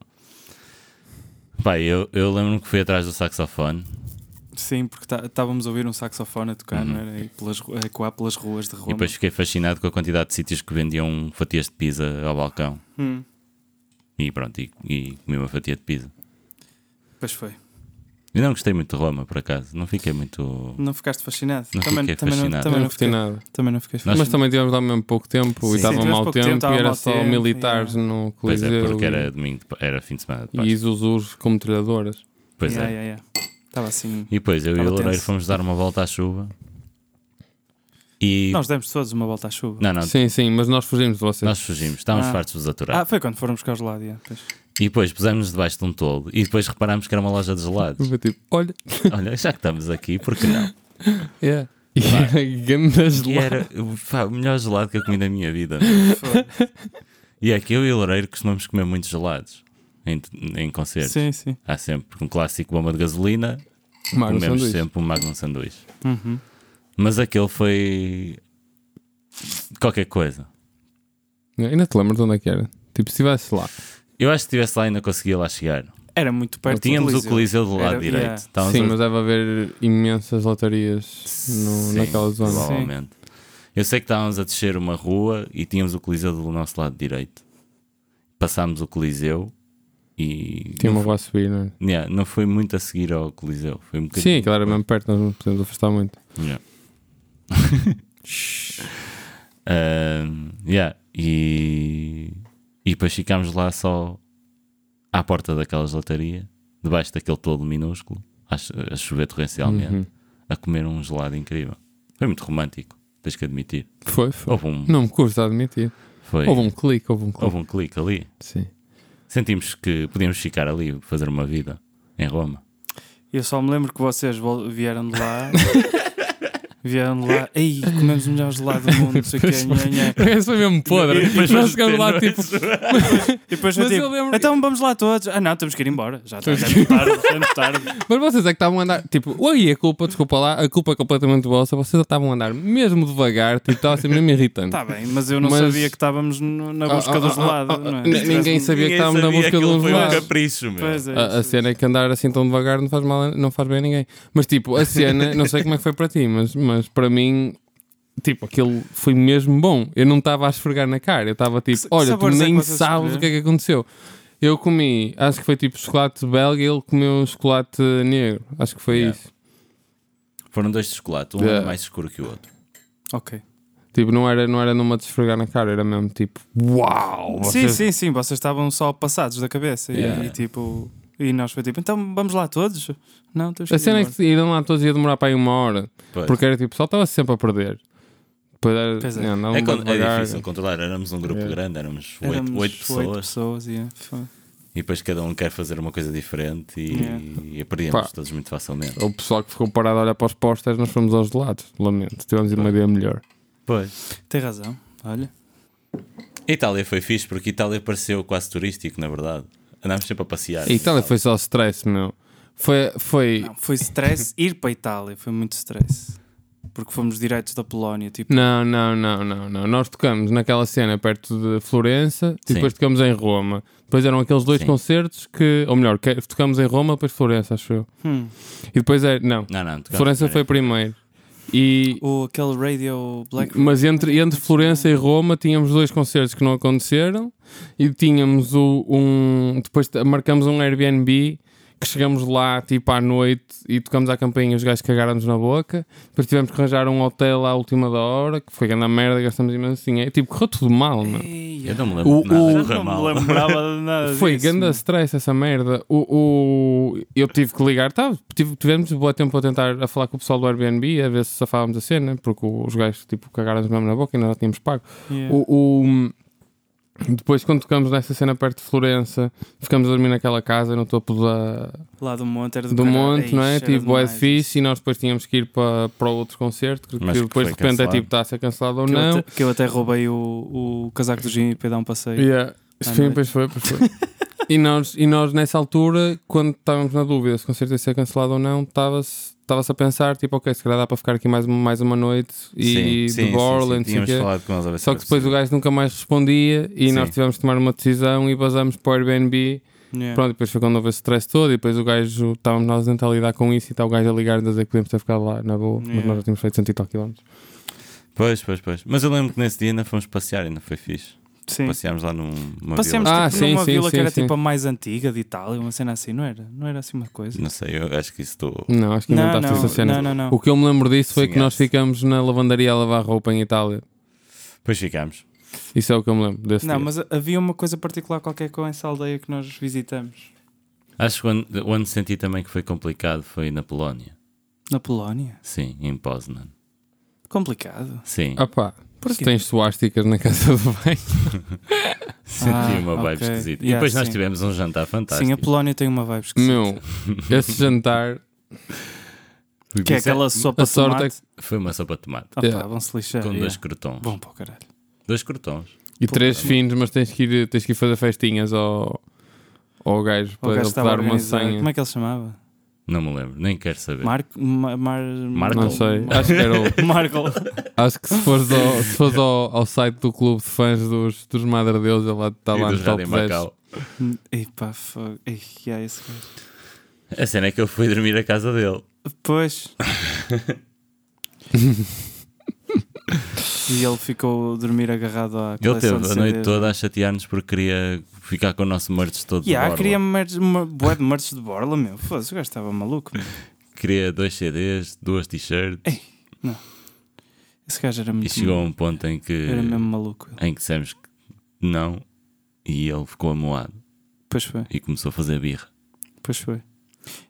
Pá, eu, eu lembro-me que fui atrás do saxofone. Sim, porque tá- estávamos a ouvir um saxofone a tocar, não era? E pelas, ru- a ecoar pelas ruas de Roma. E Uhum. depois fiquei fascinado com a quantidade de sítios que vendiam fatias de pizza ao balcão. Hum, E pronto, e, e comi uma fatia de pizza. pois foi. Eu não gostei muito de Roma, por acaso. Não fiquei muito. Não ficaste fascinado? Não também, fiquei também Não, fascinado. Eu também, não gostei fiquei, nada. também não fiquei Nós- Mas fascinado. também tivemos lá mesmo pouco tempo Sim. e estava Sim, tivemos mau pouco tempo, tempo, estava e era mau só tempo, militares yeah. no Pois Coliseu é, porque era domingo, de- era fim de semana. de e Páscoa. Isusurs como trilhadoras. Pois yeah, é. yeah, yeah. Estava assim. E depois eu e Tava o Loureiro tenso. fomos dar uma volta à chuva. E. Nós demos todos uma volta à chuva. Não, não, Sim, sim, mas nós fugimos de vocês. Ah. nós fugimos, estávamos Ah. fartos de vos aturar. Ah, foi quando foram buscar os lados. yeah, <laughs> pois. E depois pusemos-nos debaixo de um toldo e depois reparámos que era uma loja de gelados. <laughs> Foi tipo, olha, é." Olha, já que estamos aqui, por que não? yeah. e era <laughs> ganda E gelada. era pá, o melhor gelado que eu comi na minha vida. meu. E é que eu e o Loureiro costumamos comer muitos gelados em, em concertos. Sim, Um sim. Há sempre um clássico bomba de gasolina, Magnum comemos sanduíche. sempre um Magnum sanduíche. Uhum. Mas aquele foi qualquer coisa. Ainda te lembras de onde é que era? Tipo, se estivesse lá. Eu acho que se estivesse lá ainda conseguia lá chegar. Era muito perto Tínhamos do o Coliseu do lado Era- direito. yeah. Estávamos Sim, a- mas deve haver imensas lotarias no, Sim, naquela zona. Provavelmente. Eu sei que estávamos a descer uma rua e tínhamos o Coliseu do nosso lado direito. Passámos o Coliseu e. Tinha uma não, rua a subir, não é? foi, yeah, não foi muito a seguir ao Coliseu. Foi um Sim, bocadinho. aquilo era mesmo perto, nós não podemos afastar muito. Yeah. <laughs> Ahm, yeah, E. E depois ficámos lá só à porta daquela gelataria, debaixo daquele todo minúsculo, a, cho- a chover torrencialmente, Uhum. a comer um gelado incrível. Foi muito romântico, tens que admitir. Foi, foi. Houve um, Não me custa admitir. foi, Houve um clique, houve um clique. houve um clique ali. Sim. <laughs> Sentimos que podíamos ficar ali, fazer uma vida em Roma. Eu só me lembro que vocês vol- vieram de <laughs> lá. vieram de lá. Ei, comemos o melhor gelado do mundo, não sei o que. Esse foi mesmo podre. Nós chegamos lá tipo. E depois foi Mas eu tipo, lembro- então vamos lá todos. Ah, não, temos que ir embora. Já está, já é muito tarde, já é <laughs> muito tarde. Mas vocês é que estavam a andar. Tipo, oi, a culpa, desculpa lá, a culpa é completamente vossa. Vocês estavam a andar mesmo devagar, tipo, estava a ser mesmo irritante. Está tá bem, mas eu não Mas- sabia que estávamos no- na busca Ah, do ah, gelado. ah, ah, não é? n- Ninguém sabia que estávamos na busca de um gelado. capricho, meu. Pois é, A, a isso. cena é que andar assim tão devagar não faz mal, a- não faz bem a ninguém. Mas tipo, a cena, não sei como é que foi para ti, mas, mas para mim, tipo, aquilo foi mesmo bom. Eu não estava a esfregar na cara, eu estava Que tipo, sa- que olha, tu sabores é que nem vocês sabes o que é que aconteceu. Eu comi, acho que foi tipo chocolate belga e ele comeu chocolate negro. Acho que foi Yeah. isso. Foram dois de chocolate, um Yeah. é mais escuro que o outro. Ok. Tipo, não era, não era numa de esfregar na cara, era mesmo tipo, uau! Sim, vocês- sim, sim. Vocês estavam só passados da cabeça. e- Yeah. E, tipo. E nós foi tipo, então vamos lá todos? Não, temos que A ir cena é embora. que irem lá todos ia demorar para aí uma hora, Pois. porque era tipo, só estava sempre a perder. Depois era, Pois é. yeah, andavam é, con- é devagar. difícil controlar, éramos um grupo Yeah. grande, éramos Éramos oito oito oito pessoas pessoas, yeah. Foi. e depois cada um quer fazer uma coisa diferente e, Yeah. e perdíamos Pá. todos muito facilmente. O pessoal que ficou parado a olhar para os posters, nós fomos aos lados. Lamento, tivemos uma ideia melhor. Pois. Tem razão. Olha. A Itália foi fixe porque a Itália pareceu quase turístico, na verdade. Andámos sempre a passear. E Itália foi só stress, meu. Foi, foi, Não, foi <laughs> stress ir para a Itália, foi muito stress. Porque fomos diretos da Polónia, tipo, Não, não, não, não, não. Nós tocamos naquela cena perto de Florença e Sim. depois tocamos em Roma. Depois eram aqueles dois Sim. concertos que, ou melhor, que- tocamos em Roma, depois Florença, acho eu. hum, E depois é, não, Não, não. tocamos Florença primeiro. foi primeiro. E o, "Oh, aquele Radio Black. mas entre, entre Florença e Roma tínhamos dois concertos que não aconteceram e tínhamos o, um. Depois t- marcamos um Airbnb que chegamos lá tipo à noite e tocamos à campainha e os gajos cagaram-nos na boca. Depois tivemos que arranjar um hotel à última da hora, que foi grande merda, gastamos imenso dinheiro. Tipo, correu tudo mal, mano. Ei, Eu não me lembro O- de nada. o- já correu mal. não me lembrava de nada. <laughs> Foi disso, grande mano. stress essa merda. O, o- eu tive que ligar, tá, tive, tivemos um bom tempo a tentar a falar com o pessoal do Airbnb a ver se safávamos a cena, porque os gajos tipo, cagaram-nos mesmo na boca e nós já tínhamos pago. Yeah. O, o- depois, quando tocamos nessa cena perto de Florença, ficamos a dormir naquela casa no topo da, Lá do monte era do, do caralho. monte, não é? Eixe, era Tipo, é demais isso. fixe. E nós depois tínhamos que ir para, para o outro concerto, que Mas que depois de foi repente cancelado. é tipo, está a ser cancelado ou Que, não. eu até, que eu até roubei o, o casaco do Jimmy para dar um passeio. Yeah. Sim, noite. pois foi, pois foi. e, nós, e nós, nessa altura, quando estávamos na dúvida se o concerto ia ser cancelado ou não, estava-se estava-se a pensar, tipo, ok, se calhar dá para ficar aqui mais, uma- mais uma noite e Sim, de sim, sim, sim. Borland, Tínhamos falado com eles a ver se Só era que depois o possível. gajo nunca mais respondia e Sim. nós tivemos de tomar uma decisão e vazamos para o Airbnb. Yeah. Pronto, depois foi quando houve esse stress todo e depois o gajo, estávamos nós a tentar lidar com isso e está o gajo a ligar a dizer que podemos ter ficado lá na boa, mas Yeah. nós já tínhamos feito 100 e tal quilómetros. Pois, pois, pois. Mas eu lembro que nesse dia ainda fomos passear, ainda foi fixe. Sim. Passeámos lá num, numa Passeámos vila. Ah, tipo, sim, numa sim, vila sim, que era sim. tipo a mais antiga de Itália, uma cena assim, não era? Não era assim uma coisa? Não sei, eu acho que isso estou. Não, acho que Não, inventaste não, essa cena. não, não, não. O que eu me lembro disso foi Sim, que nós é. ficamos na lavandaria a lavar roupa em Itália. Depois ficámos. Isso é o que eu me lembro desse Não, dia. mas havia uma coisa particular qualquer com essa aldeia que nós visitamos. Acho que o ano, o ano senti também que foi complicado foi na Polónia. Na Polónia? Sim, em Poznan. Complicado. Sim. Ah pá, se Porquê? tens suásticas na casa do <laughs> bem. senti ah, uma vibe ok. esquisita. e Yeah, depois nós sim. tivemos um jantar fantástico. Sim, a Polónia tem uma vibe esquisita. Meu, esse jantar, Isso Que é aquela sopa a de sorte é tomate. que- Foi uma sopa de tomate. Ah, Yeah. pá, vão se lixar. Com dois yeah. crotons. Bom para o caralho. Dois crotons. e três fins, mas tens que ir, tens que ir fazer festinhas ao, ao gajo O para gajo ele te estava a dar uma organizar. senha. Como é que ele se chamava? Não me lembro, nem quero saber. Marco? Ma- Mar... Marco? Não sei, acho que era o- Marco. <laughs> Acho que se fores ao, se fores ao, ao site do clube de fãs dos, dos Madre Deus, ele lá está e Tá lá do no top Jardim 10. Macau. Ei pá, fogo. Ei, que é esse gajo. A cena é que eu fui dormir à casa dele. <laughs> Pois. e ele ficou a dorir agarrado à Ele coleção teve de a noite CDs. toda a chatear-nos porque queria ficar com o nosso merch todo. de Yeah, borla. queria merch, uma bué de merch de borla, meu. Foda-se, o gajo estava maluco, meu. Queria dois CDs, duas t-shirts. Ei, não. Esse gajo era E muito... chegou a um ponto em que, Uhum. Era mesmo maluco. ele. em que dissemos que não. E ele ficou amoado Pois foi, e começou a fazer birra. pois foi.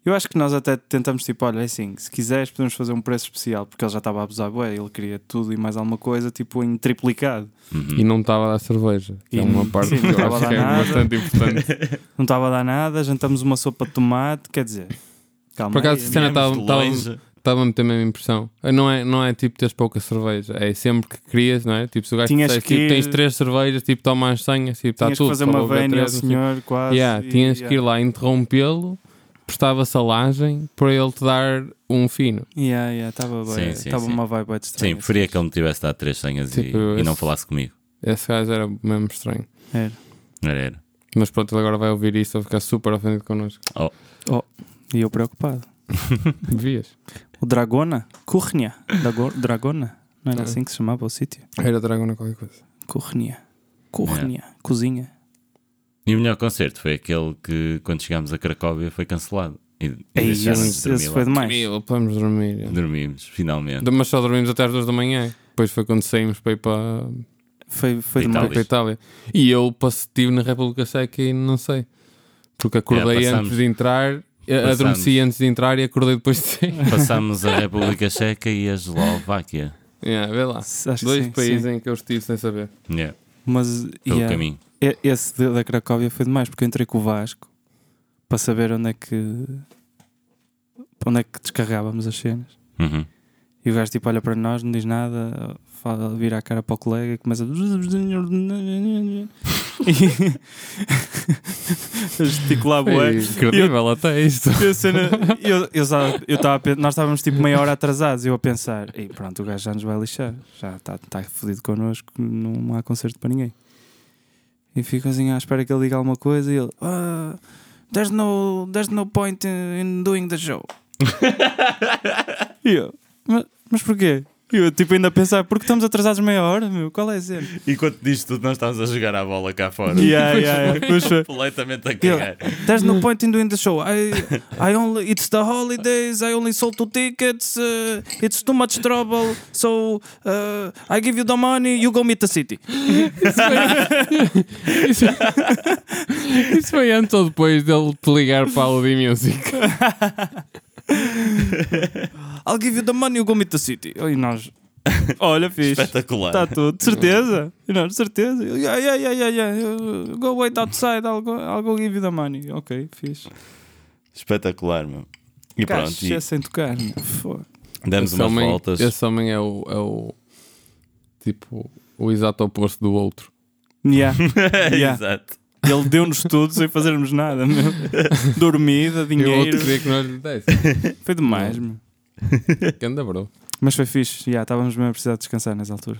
Eu acho que nós até tentamos, tipo, olha, é assim, se quiseres podemos fazer um preço especial, porque ele já estava a abusar, bué, ele queria tudo e mais alguma coisa, tipo, em triplicado. Uhum. E <laughs> não estava a dar cerveja. que E é uma não- parte sim, que não eu estava acho a que é dar nada. bastante importante. Não estava a dar nada, jantamos uma sopa de tomate, quer dizer... Calma Por acaso, aí, essa cena um- Viemos de estava- longe. Estava-me a meter a mesma impressão. Não é, não é tipo teres pouca cerveja, é sempre que querias, não é? Tipo, se o gajo Tinhas dissesse, que tipo, ir- tens três cervejas, tipo, toma as senhas, tipo, está tinhas tudo. que fazer só uma vou ver vénia três, ao não sei o quê. senhor, quase. Yeah, e- tinhas que ir yeah. lá interrompê-lo, prestava-se a lajem para ele te dar um fino. Yeah, yeah, estava bem. Sim, sim, Estava sim. uma vibe bem Sim, estranha. preferia que ele me tivesse dado três senhas e- Tipo, e, esse- não falasse comigo. Esse gajo era mesmo estranho. Era. <laughs> Era, era. Mas pronto, ele agora vai ouvir isso, vai ficar super ofendido connosco. E eu preocupado. Devias. O Dragona? Cornia. Dago- Dragona? Não era Ah. assim que se chamava o sítio? Era dragão na qualquer coisa. Cornia. Cornia. Cozinha. E o melhor concerto foi aquele que, quando chegámos a Cracóvia, foi cancelado. E, e Ei, deixaram-nos esse, dormir esse lá. foi demais. Camilo, podemos dormir. Dormimos, finalmente. Mas só dormimos até às 2 da manhã. Depois foi quando saímos para ir para, Foi, foi Itália. demais. para a Itália. E eu estive na República Checa e não sei. Porque acordei É, passamos. antes de entrar, eh, adormeci antes de entrar e acordei depois de sair. <laughs> Passámos a República Checa e a Eslováquia. yeah, vê lá. Acho que Dois sim, países sim. em que eu estive sem saber. Yeah, Mas pelo yeah, caminho. e- esse de- da Cracóvia foi demais, porque eu entrei com o Vasco para saber onde é que para onde é que descarregávamos as cenas. Uhum. E o gajo tipo olha para nós, não diz nada, fala, vira a cara para o colega e começa. a- <laughs> e <laughs> a gesticular bué. Foi incrível até isto. E a cena- eu- eu estava- eu estava a pen- nós estávamos tipo meia hora atrasados, eu a pensar, e pronto, o gajo já nos vai lixar, já está tá fodido connosco, não há concerto para ninguém. E fico assim à espera que ele diga alguma coisa e ele, "Ah, there's, no, there's no point in, in doing the show. e eu, mas, mas porquê? E eu tipo ainda a pensar, porque estamos atrasados meia hora, meu, qual é a cena? Enquanto disto tudo, nós estávamos a jogar a bola cá fora. Yeah, yeah, yeah. Pois foi. Completamente a cagar. cagar. There's <laughs> no point in doing the show. I, I only, it's the holidays. I only sold two tickets. uh, it's too much trouble. So uh, I give you the money. You go meet the city. <laughs> Isso, <laughs> isso foi antes ou depois dele te ligar para a Audi Music? I'll give you the money. You go meet the city. E nós, olha, fixe. Espetacular. Está tudo, de certeza. E nós, de certeza. Yeah, yeah, yeah, yeah, yeah. uh, Go wait outside. I'll go, I'll go give you the money. Ok, fixe. Espetacular, meu. E pronto, Caixa sem tocar. meu. Foda. e demos Esse umas homem- voltas. Esse homem é o, é o tipo o exato oposto do outro. Yeah. <laughs> yeah. Exato. Ele deu-nos tudo sem fazermos nada, meu. E Dormida, o outro dinheiro. queria que nós lhe desse. Foi demais, meu. Que anda, bro. Mas foi fixe, já estávamos mesmo a precisar descansar nessa altura.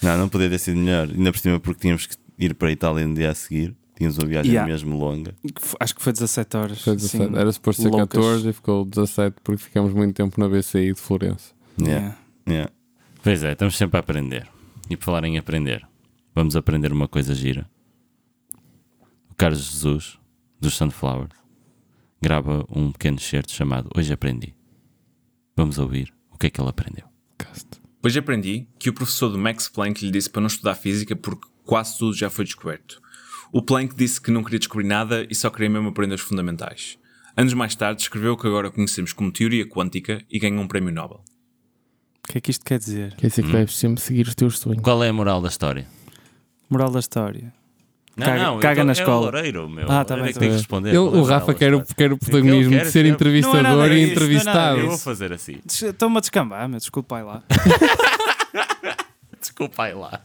Não, não podia ter sido melhor. Ainda por cima, porque tínhamos que ir para a Itália no dia a seguir. Tínhamos uma viagem Yeah. mesmo longa. Acho que foi 17 horas. Foi 17. assim, Era suposto ser loucas. 14 e ficou 17 porque ficamos muito tempo na BCI de Florença. Yeah, yeah. yeah. Pois é, estamos sempre a aprender. E por falar em aprender, vamos aprender uma coisa gira. O Carlos Jesus, dos Sunflowers, grava um pequeno certo chamado Hoje Aprendi. Vamos ouvir o que é que ele aprendeu. Hoje aprendi que o professor do Max Planck lhe disse para não estudar física porque quase tudo já foi descoberto. O Planck disse que não queria descobrir nada e só queria mesmo aprender os fundamentais. Anos mais tarde, escreveu o que agora conhecemos como teoria quântica e ganhou um prémio Nobel. O que é que isto quer dizer? Quer dizer que deves sempre seguir os teus sonhos. Qual é a moral da história? Moral da história. Não, Caga- eu caga tô- é na escola. O loureiro, meu. Ah, tá Ele bem, é que tá tem que bem. responder. Ele, o todas Rafa elas, quer o, quase. quer o Ele protagonismo quer de ser sempre. Não é entrevistador e nada disso, não é nada entrevistado. Eu vou Isso. fazer assim. Des- Estão-me a descambar, meu, desculpa aí lá. Desculpa aí lá.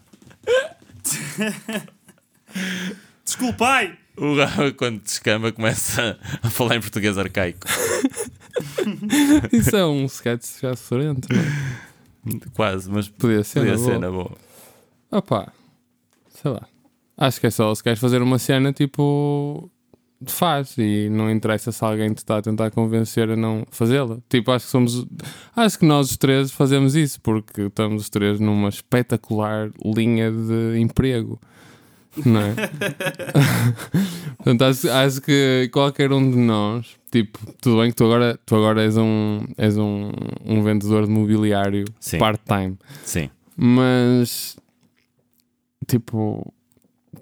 Desculpai! O Rafa, quando descamba, começa a falar em português arcaico. Isso é um sketch já de Sorrento, não é? Quase, mas Podia ser. é? podia na ser boa. é? na boa. Opá, sei lá. Acho que é só se queres fazer uma cena tipo. Faz e não interessa se alguém te está a tentar convencer a não fazê-la. Tipo, acho que somos. Acho que nós os três fazemos isso porque estamos os três numa espetacular linha de emprego. Não é? Portanto, acho, acho que qualquer um de nós, tipo, tudo bem que tu agora, tu agora és, um, és um, um vendedor de mobiliário Sim. part-time Sim. mas tipo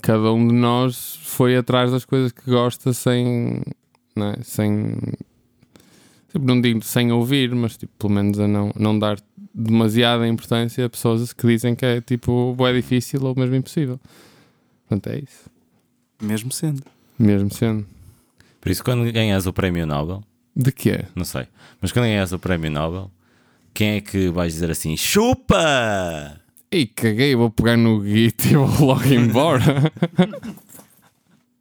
cada um de nós foi atrás das coisas que gosta sem não é? sem tipo, não digo sem ouvir mas tipo pelo menos a não não dar demasiada importância a pessoas que dizem que é tipo é difícil ou mesmo impossível portanto é isso Mesmo sendo. mesmo sendo Por isso, quando ganhas o prémio Nobel, de quê não sei, mas quando ganhas o prémio Nobel, quem é que vais dizer assim: chupa! e caguei vou pegar no git e vou logo embora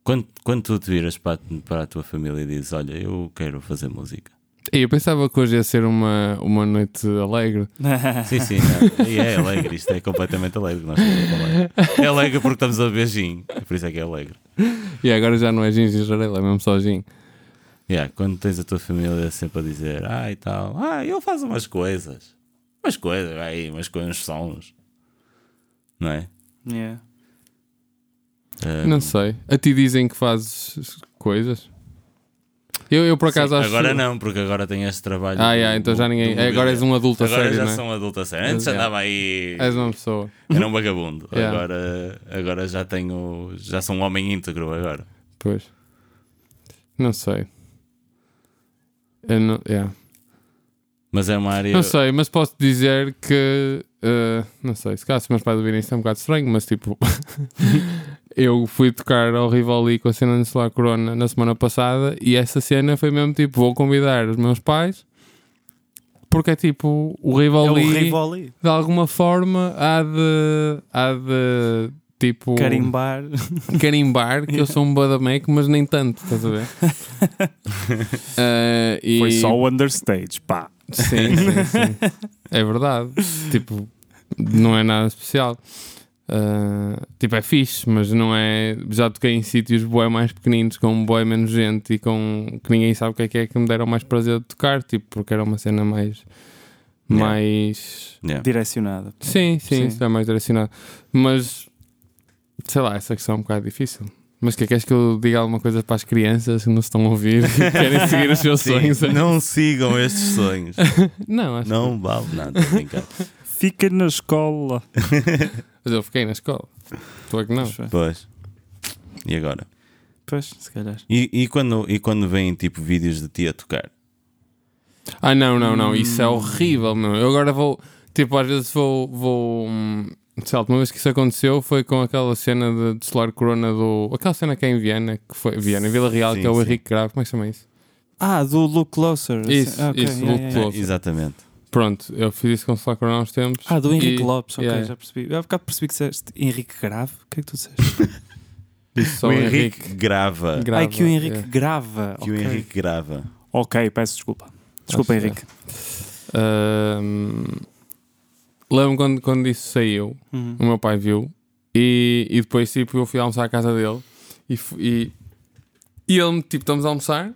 Quando, quando tu te viras para, a- para a tua família e dizes: Olha, eu quero fazer música. e eu pensava que hoje ia ser uma uma noite alegre Sim, sim, não. E é alegre, isto é completamente alegre. Nós estamos a falar. é alegre porque estamos a ver gin, por isso é que é alegre. e agora já não é gengibrela é mesmo só gin Yeah, quando tens a tua família sempre a dizer, ah e tal, ah, eu faço umas coisas, umas coisas, aí, umas coisas, uns sons, não é? Yeah. Ah, Não sei. A ti dizem que fazes coisas? Eu, eu por acaso sim, acho. Agora não, porque agora tenho este trabalho. Ah, do- yeah, então já do- ninguém. do agora és um adulto a Agora sério, já não é? sou um adulto a sério. Antes Yeah. andava aí. És uma pessoa. Era um vagabundo. <laughs> Yeah. Agora, agora já tenho. Já sou um homem íntegro agora. Pois. Não sei. Eu não, yeah. Mas é uma área. não <laughs> sei, mas posso dizer que. eh, não sei, se calhar se meus pais ouvirem isto é um bocado estranho, mas tipo. <laughs> eu fui tocar ao Rivoli com a cena de Solar Corona na semana passada e essa cena foi mesmo tipo: vou convidar os meus pais. Porque é tipo, o É o Rivoli, Rivoli. de alguma forma há de. há de. tipo. Carimbar. carimbar que eu sou um badameco, mas nem tanto, estás a ver? <laughs> Ah, e- Foi só o understage, pá. <laughs> Sim, sim, sim. É verdade. Tipo, não é nada especial. Ah, tipo, é fixe, mas não é. Já toquei em sítios boé mais pequeninos, com boé menos gente e com que ninguém sabe o que é que é que me deram mais prazer de tocar, tipo, porque era uma cena mais. Yeah. mais. Yeah. Direcionada. Sim, sim, Sim. está mais direcionado. Mas sei lá, essa questão é um bocado difícil. Mas que queres que eu diga alguma coisa para as crianças que não se estão a ouvir <laughs> e que querem seguir os seus sonhos? é? Sim, não sigam estes sonhos. Não, acho Não vale nada. tô a brincar. Fica na escola. que. Mas eu fiquei na escola. Tu é que não. <laughs> Pois. E agora? Pois, se calhar. E, e quando, e quando vêm tipo vídeos de ti a tocar? Ah, não, não, não. Isso Hum. é horrível, meu. Eu agora vou. Tipo, às vezes vou. vou hum, sei lá, a última vez que isso aconteceu foi com aquela cena de, de Solar Corona do. Aquela cena que é em Viena, que foi. Viena, em Vila Real, Sim, que é o sim. Henrique Grave. Como é que chama isso? Ah, do Look Closer. Isso, Ah, ok, isso, yeah, Look yeah, Closer. yeah. Ouça. Exatamente. Pronto, eu fiz isso com o Solar Corona há uns tempos. Ah, do Henrique e- Lopes, ok, yeah. já percebi. Eu há bocado percebi que disseste Henrique Grave. O que é que tu disseste? Disse só o Henrique, grava. ah, que o Henrique yeah. grava. Que o ok. Henrique grava. Ok, peço desculpa. Desculpa, Acho que Henrique. é. Ahm, Lembro-me quando, quando isso saiu, Uhum. o meu pai viu, e, e depois tipo, eu fui almoçar à casa dele e, fu- e, e ele, tipo, estamos a almoçar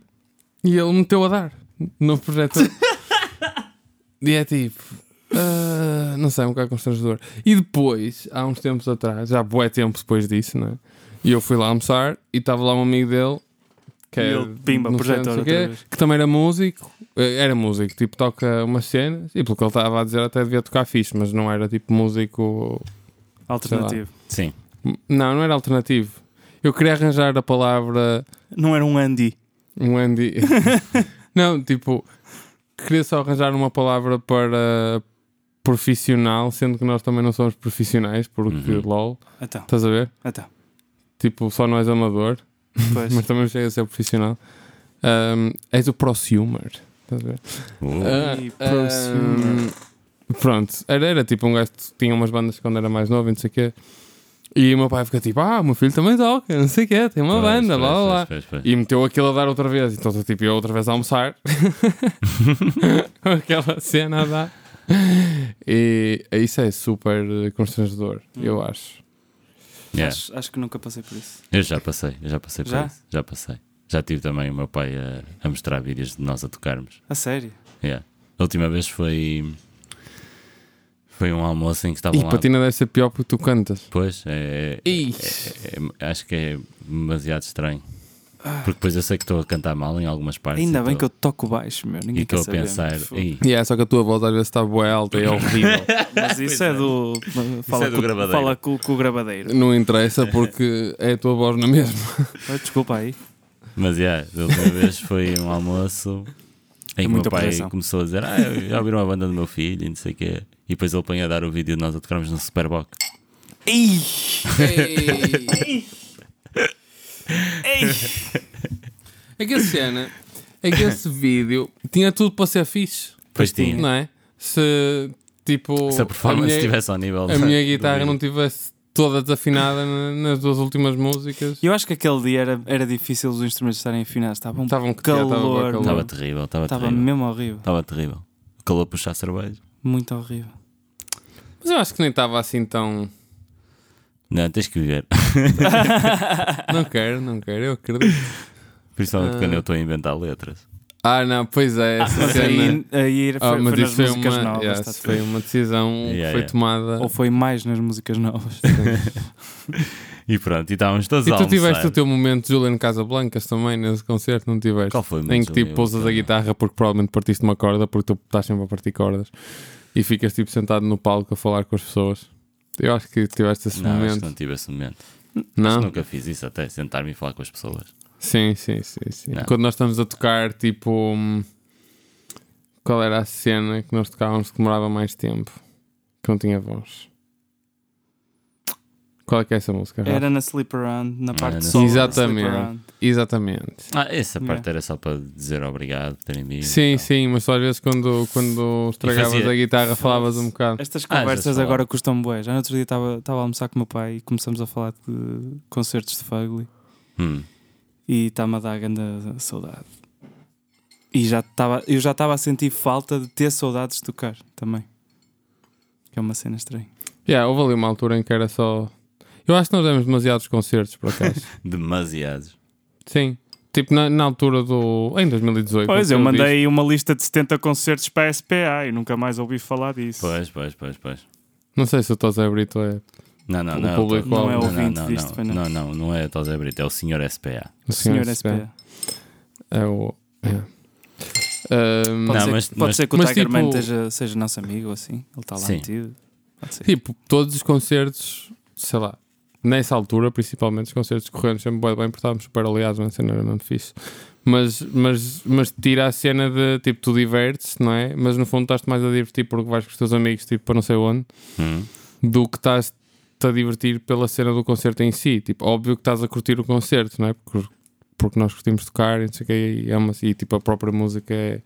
e ele meteu a dar no projeto. <laughs> e é tipo, ah, não sei, é um bocado constrangedor. E depois, há uns tempos atrás, já bué tempo depois disso, né? E eu fui lá almoçar e estava lá um amigo dele. Que E é ele, pimba, não sei, não projetor sei o quê, outra vez. que também era músico, eh, era músico, tipo toca umas cenas, e pelo que ele estava a dizer até devia tocar fixe, mas não era tipo músico Alternativo. Sim. não, não era alternativo. Eu queria arranjar a palavra Não era um Andy. um Andy. <laughs> não, tipo, queria só arranjar uma palavra para profissional, sendo que nós também não somos profissionais, porque Uhum. LOL, Então, estás a ver? então. Tipo, só nós amador, Pois. mas também chega a ser profissional. Ahm, és o prosumer, estás a ver? Uh, Ah, E ahm, pronto, era, era tipo um gajo que tinha umas bandas quando era mais novo e não sei o quê. E o meu pai fica tipo, ah, o meu filho também toca, não sei o quê, tem uma pois, banda, blá blá blá. pois, pois, pois. E meteu aquilo a dar outra vez. Então estou tipo eu outra vez a <laughs> almoçar. Com Aquela cena a dar. E isso é super constrangedor, eu acho. Yeah. Acho, acho que nunca passei por isso. Eu já passei, eu já passei por Já? isso. Já passei. Já tive também o meu pai a, a mostrar vídeos de nós a tocarmos. A sério. Yeah. A última vez foi. Foi um almoço em que E estavam lá. patina deve ser pior porque tu cantas. Depois, é, é- Ixi. é- acho que é demasiado estranho. Porque depois eu sei que estou a cantar mal em algumas partes. Ainda e bem que estou- eu toco baixo, meu. E Ninguém quer estou a saber. pensar. meu. "Ei, E é só que a tua voz às vezes está boa alta e é <laughs> horrível. Mas isso é do. Fala, é do com, gravadeiro. fala com, com <laughs> o gravadeiro. Não interessa porque é a tua voz na mesma. Oi, Desculpa aí. Mas yeah, da última vez foi um almoço em que o meu muita pai pressão. começou a dizer: Ah, eu já ouviram a banda do meu filho e não sei o quê. E depois ele põe a dar o vídeo de nós a tocarmos no Superboc. É que a cena, é que esse vídeo tinha tudo para ser fixe. Pois tinha. Não é? Se tipo. Se a performance minha- estivesse ao nível a da- <laughs> minha do guitarra vídeo. não tivesse toda desafinada na- nas duas últimas músicas. Eu acho que aquele dia era, era difícil os instrumentos estarem afinados. Estava um Estava um calor. estava bué calor. Estava terrível, estava Estava terrível. mesmo horrível. Estava terrível. O calor a puxar cerveja. Muito horrível. Mas eu acho que nem estava assim tão. Não, tens que ver. Não quero, não quero, eu acredito. <laughs> Principalmente Ah. quando eu estou a inventar letras. ah, não, pois é, essa Mas cena. aí, aí foi, Ah, foi mas nas isso foi músicas uma, novas. yeah, tá isso foi uma decisão Yeah, que foi yeah. tomada. <laughs> É Ou foi mais nas músicas novas. E pronto, e estávamos todos E a tu tiveste almoçar. o teu momento Juliano Casablancas também nesse concerto, não tiveste? Qual foi o Em momento, que Juliano tipo pousas a guitarra porque provavelmente partiste uma corda porque tu estás sempre a partir cordas e ficas tipo sentado no palco a falar com as pessoas. Eu acho que tiveste esse Não, acho que momento. não tive esse momento. Não? Nunca fiz isso até, sentar-me e falar com as pessoas. Sim, sim, sim. sim. Não. Quando nós estamos a tocar, tipo. hum, Qual era a cena que nós tocávamos que demorava mais tempo? Que não tinha voz. Qual é que é essa música? Rafa? Era na Sleep Around, na parte Ah, na solo. da Sleep Exatamente. Around. Exatamente. Ah, essa parte Yeah. era só para dizer obrigado por terem vindo. Sim, e tal. sim, mas só às vezes quando, quando estragavas fazia- a guitarra falavas um bocado. Ah, Estas já se conversas falava. agora custam bué. Já no outro dia estava estava a almoçar com o meu pai e começamos a falar de concertos de Fugly Hum. e está-me a dar grande saudade. E já estava, eu já estava a sentir falta de ter saudades de tocar também. Que é uma cena estranha. Yeah, houve ali uma altura em que era só. Eu acho que nós demos demasiados concertos, por <laughs> acaso. Demasiados. sim. Tipo, na, na altura do. Em 2018. Pois, quando eu saiu o disco. mandei uma lista de 70 concertos para a SPA e nunca mais ouvi falar disso. Pois, pois, pois, pois. Não sei se o Tosé Brito é Não, não, O não. público não, Não é não, ouvinte não, disto, não, pois não. não, não, não é Tosé Brito, é o senhor SPA. o Senhor senhor SPA. É o. É. Ahm, Pode, Não, ser, mas- pode mas- ser que o mas Tiger Man tipo- seja, seja nosso amigo, assim. Ele está lá Sim. metido. Pode ser. Tipo, todos os concertos, sei lá, nessa altura, principalmente os concertos correndo sempre bué bem, porque estávamos super aliados, na cena era mesmo fixe. Mas, mas, mas tira a cena de tipo, tu divertes, não é? Mas no fundo estás-te mais a divertir porque vais com os teus amigos, tipo, para não sei onde, Hum. do que estás-te a divertir pela cena do concerto em si. Tipo, óbvio que estás a curtir o concerto, não é? Porque, porque nós curtimos tocar e não sei o quê, e, é uma, e tipo, a própria música é,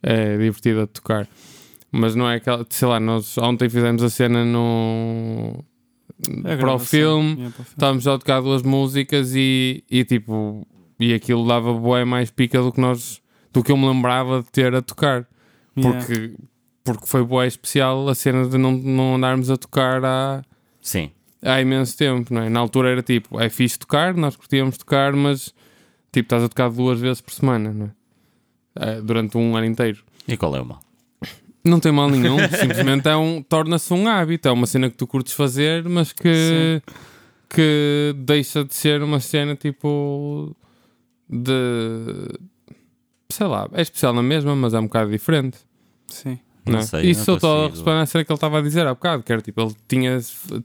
é divertida de tocar. Mas não é aquela, sei lá, nós ontem fizemos a cena no. É a para o filme, tá, gravação. É, para o filme. estávamos a tocar duas músicas e, e tipo, e aquilo dava boé mais pica do que nós, do que eu me lembrava de ter a tocar. Yeah. Porque, porque foi boé especial a cena de não, não andarmos a tocar há, Sim. há imenso tempo, não é? Na altura era tipo, é fixe tocar, nós curtíamos tocar, mas tipo, estás a tocar duas vezes por semana, não é? Eh, Durante um ano inteiro. E qual é o mal? Não tem mal nenhum, simplesmente é um, torna-se um hábito, é uma cena que tu curtes fazer, mas que, que deixa de ser uma cena tipo de sei lá, é especial na mesma, mas é um bocado diferente. Sim. Não é? sei, Isso eu não estou a consigo. responder à cena que ele estava a dizer há bocado, que era tipo, ele tinha,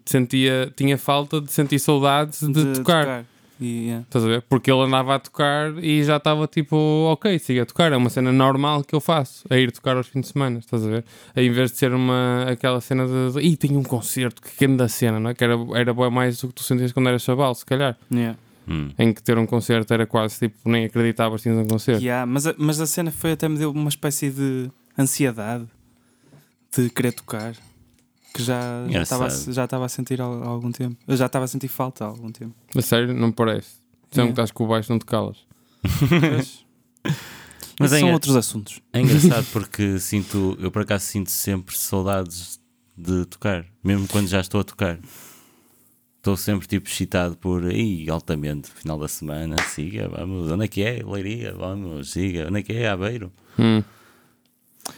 sentia, tinha falta de sentir saudades de, tocar. E, yeah. Estás a ver? Porque ele andava a tocar e já estava tipo, ok, siga a tocar. É uma cena normal que eu faço, é ir tocar aos fins de semana, estás a ver? Em vez de ser uma, aquela cena de, ih, tenho um concerto, que grande cena, não é? Que era, era bué mais do que tu sentias quando eras chaval, se calhar. Yeah. Hum. Em que ter um concerto era quase tipo, nem acreditavas que tinhas um concerto. Yeah, mas, a, mas a cena foi até me deu uma espécie de ansiedade de querer tocar que já já estava a se- Engraçado. já estava a sentir há há algum tempo. Eu já estava a sentir falta há algum tempo. A sério, não me parece. Sempre Yeah. que estás com o baixo, não te calas. Mas, Mas são é- outros assuntos. É engraçado porque sinto, eu por acaso sinto sempre saudades de tocar, mesmo quando já estou a tocar. Estou sempre tipo excitado por aí altamente, final da semana, siga, vamos, onde é que é? Leiria, vamos, siga, onde é que é? Aveiro. Hum.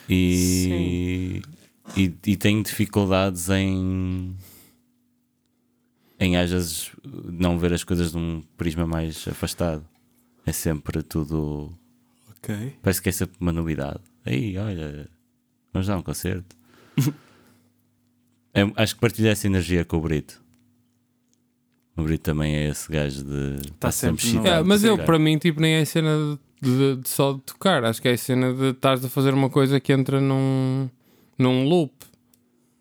E, e, e tenho dificuldades em em às vezes não ver as coisas de um prisma mais afastado. É sempre tudo Ok. Parece que é sempre uma novidade. Aí, olha, vamos dar um <laughs> concerto. É, acho que partilhei essa energia com o Brito. O Brito também é esse gajo de. Está Tá sempre no- chitado Yeah, É, mas de eu, tocar. para mim, tipo, nem é cena de, de- de só de tocar. Acho que é cena de estares a fazer uma coisa que entra num, num loop.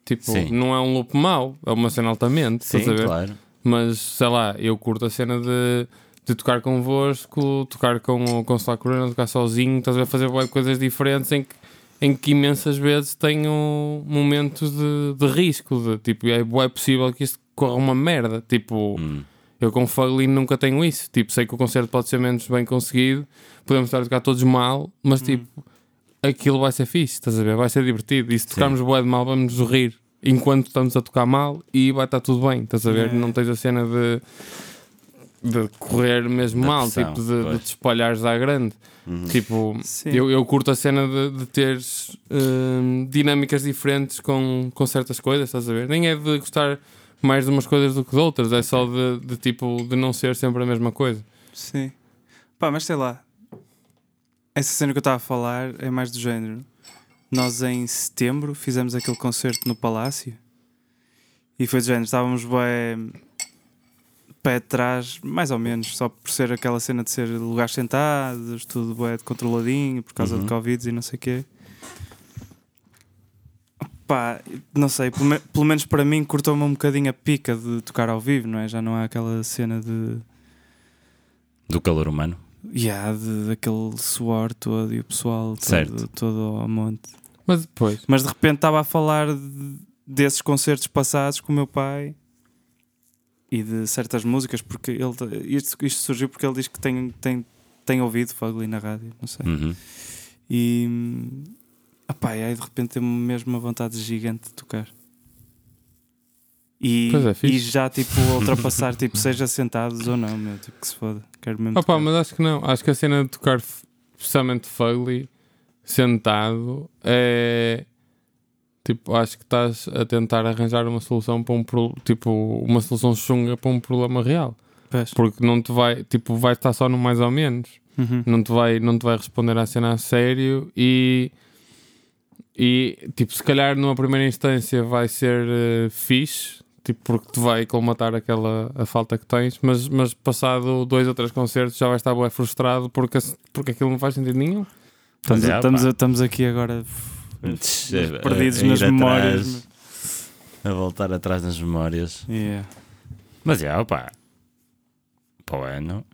Tipo, Sim. não é um loop mau, é uma cena altamente, Sim, estás a ver? claro. Mas, sei lá, eu curto a cena de, de tocar convosco, tocar com o Consular Corona, tocar sozinho, estás a ver? Fazer bué de coisas diferentes em que, em que imensas vezes tenho momentos de, de risco, de tipo, é bué possível que isto corra uma merda, tipo... Hum. Eu com o Fugly nunca tenho isso. Tipo, sei que o concerto pode ser menos bem conseguido, podemos estar a tocar todos mal, mas Hum. tipo, aquilo vai ser fixe, estás a ver? Vai ser divertido. E se tocarmos boa de mal, vamos nos rir enquanto estamos a tocar mal e vai estar tudo bem, estás a ver? Yeah. Não tens a cena de, de correr mesmo Da mal, pressão, tipo, de, de pois. Uhum. te espalhares à grande. Tipo, Sim. eu, eu curto a cena de, de teres hum, dinâmicas diferentes com, com certas coisas, estás a ver? Nem é de gostar mais de umas coisas do que de outras. É só de, de tipo de não ser sempre a mesma coisa. Sim. Pá, mas sei lá. Essa cena que eu estava a falar é mais do género. Nós em setembro fizemos aquele concerto no Palácio e foi do género. Estávamos bem pé atrás, mais ou menos, só por ser aquela cena de ser lugares sentados, tudo bem controladinho por causa de Covid e não sei o quê. Pá, não sei, pelo, me- pelo menos para mim cortou-me um bocadinho a pica de tocar ao vivo, não é? Já não há aquela cena de. Do calor humano. Yeah, de, daquele suor todo e o pessoal todo, Certo. todo ao monte. Mas depois. Mas de repente estava a falar de- desses concertos passados com o meu pai e de certas músicas, porque ele, isto, isto surgiu porque ele diz que tem, tem, tem ouvido Fugly na rádio, não Hum. sei. Uhum. E. Opá, e aí de repente teve mesmo uma vontade gigante de tocar. E, Pois é, fixe. e já tipo <laughs> ultrapassar, tipo, seja sentados ou não, meu, tipo que se foda. Quero mesmo. Opa, tocar. mas acho que não. Acho que a cena de tocar, f- especialmente Fugly, sentado, é. Tipo, acho que estás a tentar arranjar uma solução para um pro- tipo, uma solução chunga para um problema real. Pois. Porque não te vai, tipo, vai estar só no mais ou menos. Uhum. Não te vai, não te vai responder à cena a sério e e tipo, se calhar numa primeira instância vai ser eh, fixe, tipo, porque te vai colmatar aquela a falta que tens, mas, mas passado dois ou três concertos já vais estar bué frustrado porque, as- porque aquilo não faz sentido nenhum. Estamos, Pois é, estamos, pá. estamos aqui agora Tch, a- perdidos a É, ir atrás, nas memórias. né? A voltar atrás nas memórias. Yeah. Mas é, opa. Para o ano.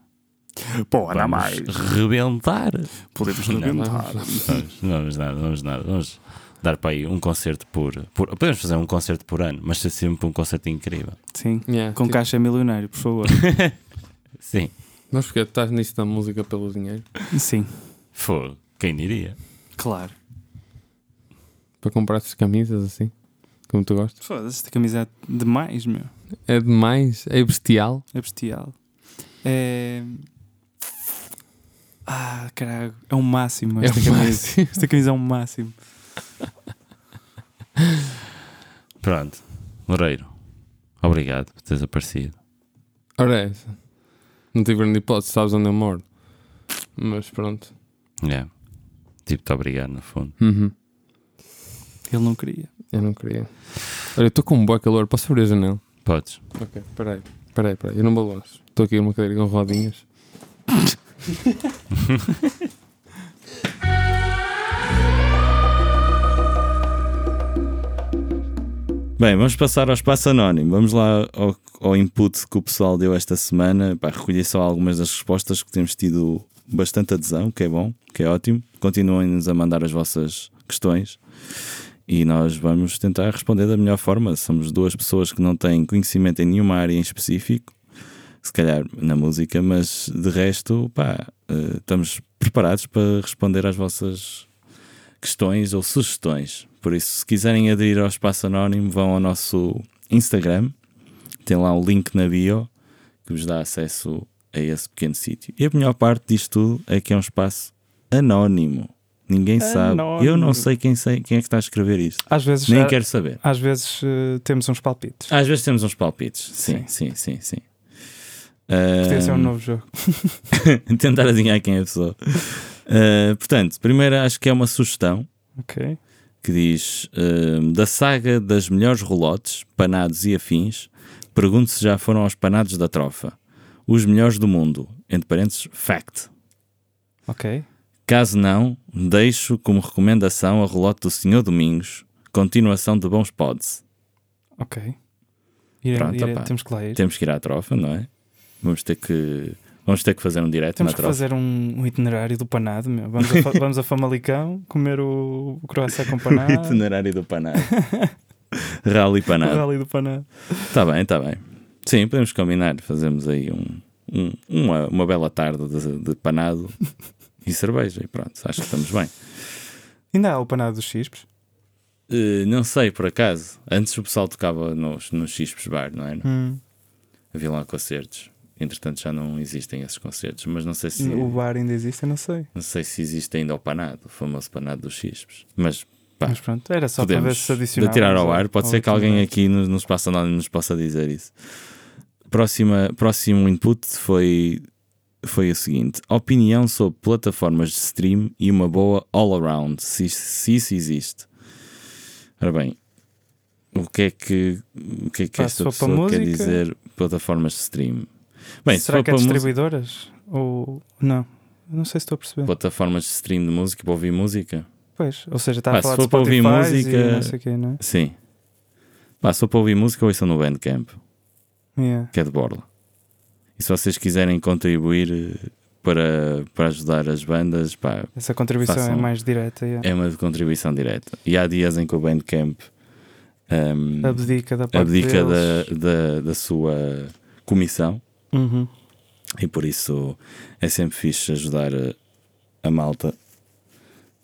Pô, anda Vamos mais. rebentar. Podemos Não, não, rebentar. Vamos, não vamos nada, não vamos nada. Vamos dar para aí um concerto por, por. Podemos fazer um concerto por ano, mas ser sempre um concerto <laughs> incrível. Sim. Yeah, Com tipo, caixa milionário, por favor. Sim. Mas porque estás nisso da música pelo dinheiro Sim, Fogo. Quem diria? claro. para comprar essas camisas assim, como tu gostas. Foda-se, esta camisa é demais, meu. É demais, é bestial. É bestial. É. Ah, caralho. É um máximo É esta o camisa. máximo. Esta camisa é um máximo. Pronto. Loureiro. Obrigado por teres aparecido. <laughs> Ora, é essa. Não tive grande hipótese, sabes onde eu moro. Mas pronto. É. Tipo-te obrigado, no fundo. Uhum. Ele não queria. Eu não queria. Olha, eu estou com um bom calor, posso abrir a janela? Podes. Ok, peraí, peraí, peraí, eu não vou longe. Estou aqui numa cadeira com rodinhas. Bem, vamos passar ao espaço anónimo. Vamos lá ao, ao input que o pessoal deu esta semana. Pá, recolhi só algumas das respostas que temos tido bastante adesão, que é bom, que é ótimo. Continuem-nos a mandar as vossas questões e nós vamos tentar responder da melhor forma. Somos duas pessoas que não têm conhecimento em nenhuma área em específico, se calhar na música, mas de resto, pá, eh, estamos preparados para responder às vossas questões ou sugestões. Por isso, se quiserem aderir ao espaço anónimo, vão ao nosso Instagram, tem lá o link na bio que vos dá acesso a esse pequeno sítio. E a melhor parte disto tudo é que é um espaço anónimo. Ninguém sabe. Eu não Anónimo. sei quem, sei quem é que está a escrever isto. Às vezes, Nem já- quero saber. às vezes eh, temos uns palpites. Às vezes temos uns palpites. Sim, sim, sim, sim. Eh, é Podia ser um Ahm, novo jogo. <laughs> tentar adivinhar quem é a pessoa. Ah, portanto, primeiro acho que é uma sugestão Ok. que diz ahm, da saga das melhores rolotes, panados e afins. Pergunto se já foram aos panados da trofa. Os melhores do mundo. Entre parênteses, fact. Ok. Caso não, deixo como recomendação a rolote do Senhor Domingos, continuação de bons pods. Ok. Ire- Pronto, ire- opá. temos que lá ir. Temos que ir à trofa, não é? Vamos ter que, vamos ter que fazer um direto Temos na que trofa. fazer um, um itinerário do panado, meu. Vamos <laughs> a, Fa- vamos a Famalicão comer o, o croissant com O <laughs> panado. itinerário do Panado. Rally o Panado. rally do panado. Está Tá bem, está bem. Sim, podemos combinar. Fazemos aí um, um- uma, uma bela tarde de, de Panado e cerveja. E pronto, acho que estamos bem. Ainda há o panado dos chispes. Eh, não sei, por acaso. Antes o pessoal tocava nos, nos Chispes Bar, não é? era? Hum. Havia lá concertos. Entretanto, já não existem esses concertos. Mas não sei se. O bar ainda existe, eu não sei. Não sei se existe ainda o panado, o famoso panado dos chispes. Mas Pá, Mas pronto, era só para ver podemos se adicionava. tirar ao ar. Pode ser que alguém aqui no, no Espaço Anónimo nos possa dizer isso. Próxima, próximo input foi, foi o seguinte: opinião sobre plataformas de stream e uma boa all-around, se, se isso existe. Ora bem, o que é que, o que, é que Pá, se esta for para pessoa quer música- dizer? Plataformas de stream. Bem, se Será for que é para música- distribuidoras? Ou. Não. Não sei se estou a perceber. plataformas de stream de música para ouvir música. Pois. Ou seja, está Pá, a falar se de for para ouvir Spotify música- e não sei o quê, não Sim. Pá, só para ouvir música, ouçam no Bandcamp, é? Yeah. que é de borla. E se vocês quiserem contribuir eh, para, para ajudar as bandas, pá, Essa contribuição Façam- é mais direta. Yeah. é uma contribuição direta. E há dias em que o Bandcamp ehm, Abdica da parte abdica da, deles. da, da sua comissão Uhum. e por isso é sempre fixe ajudar a, a malta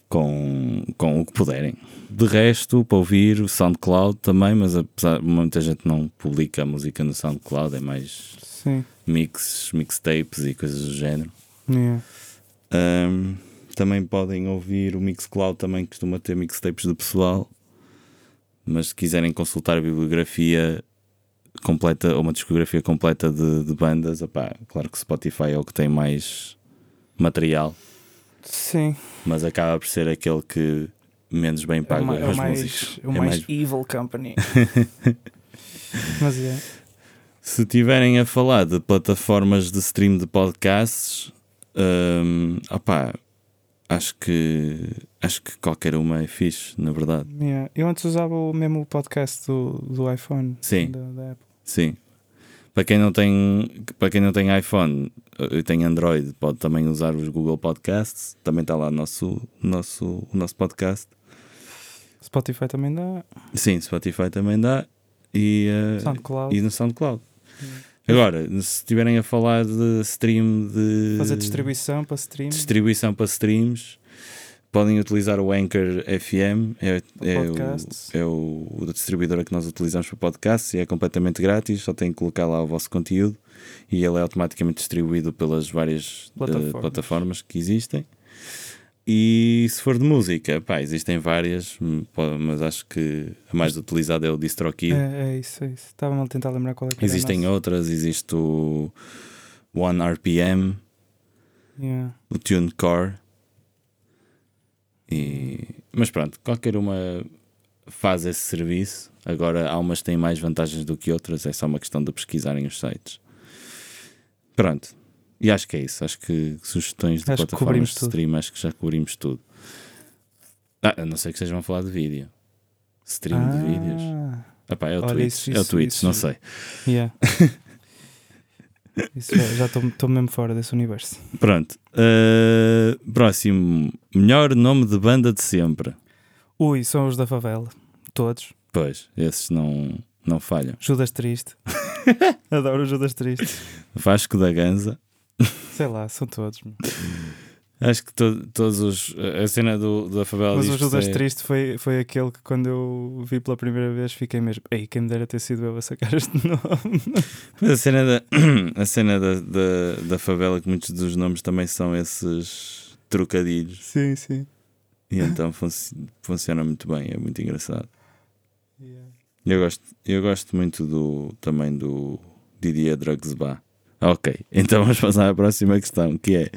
com, com o que puderem. De resto, para ouvir o SoundCloud também, mas apesar muita gente não publica a música no SoundCloud, é mais Sim. mixes, mixtapes e coisas do género. Yeah. Ahm, também podem ouvir o Mixcloud, também costuma ter mixtapes do pessoal. Mas se quiserem consultar a bibliografia completa ou uma discografia completa de, de bandas, opá, claro que Spotify é o que tem mais material, Sim. mas acaba por ser aquele que menos bem É o paga ma- é o as mais, músicas. o É mais mais- evil <laughs> company. Mas é, yeah. Se tiverem a falar de plataformas de stream de podcasts, hum, opá, acho que acho que qualquer uma é fixe, na verdade. Yeah. Eu antes usava o mesmo podcast do, do iPhone. Sim. Da, da Apple. Sim. Para quem não tem, para quem não tem iPhone e tem Android, pode também usar os Google Podcasts. Também está lá o nosso, nosso, o nosso podcast. Spotify também dá. Sim, Spotify também dá. E, eh, SoundCloud. e no SoundCloud. Hum. Agora, se estiverem a falar de stream de Fazer distribuição para stream. distribuição para streams, podem utilizar o Anchor FM, é, é podcasts. o, é o, o da distribuidora que nós utilizamos para podcasts e é completamente grátis, só têm que colocar lá o vosso conteúdo e ele é automaticamente distribuído pelas várias eh, Plataformas. plataformas que existem. E se for de música, pá, existem várias, hum, po- mas acho que a mais utilizada é o DistroKid. É, é isso, é isso. Estava-me a tentar lembrar qual é que era a Existem nossa. outras, existe o One RPM, Yeah. o TuneCore. E... Mas pronto, qualquer uma faz esse serviço. Agora, há umas que têm mais vantagens do que outras, é só uma questão de pesquisarem os sites. Pronto, e acho que é isso. Acho que sugestões de Acho que plataformas cobrimos de tudo. stream, acho que já cobrimos tudo. Ah, a não ser que estejam a falar de vídeo. Stream de vídeos. Ah, Epá, é o olha, Twitch, isso- é o isso- Twitch, isso- não sei. <laughs> yeah. Isso já- já estou- estou mesmo fora desse universo. Pronto, Uh, próximo. Melhor nome de banda de sempre. Ui, são os da favela. Todos. Pois, esses não, não falham. <laughs> Judas Triste. Adoro o Judas Triste. Vasco da Ganza. Sei lá, são todos. meu. Acho que to- todos os. A cena do, da favela Mas o disto Judas é- Triste foi, foi aquele que quando eu vi pela primeira vez fiquei mesmo. Ei, quem me dera ter sido eu a sacar este <laughs> nome. Mas a cena, da, <clears throat> a cena da, da, da favela, que muitos dos nomes também são esses trocadilhos. sim, sim. E então func- funciona muito bem, é muito engraçado. Eu gosto, eu gosto muito do, também do Didier Drugsba. Ok, então vamos passar à próxima questão, que é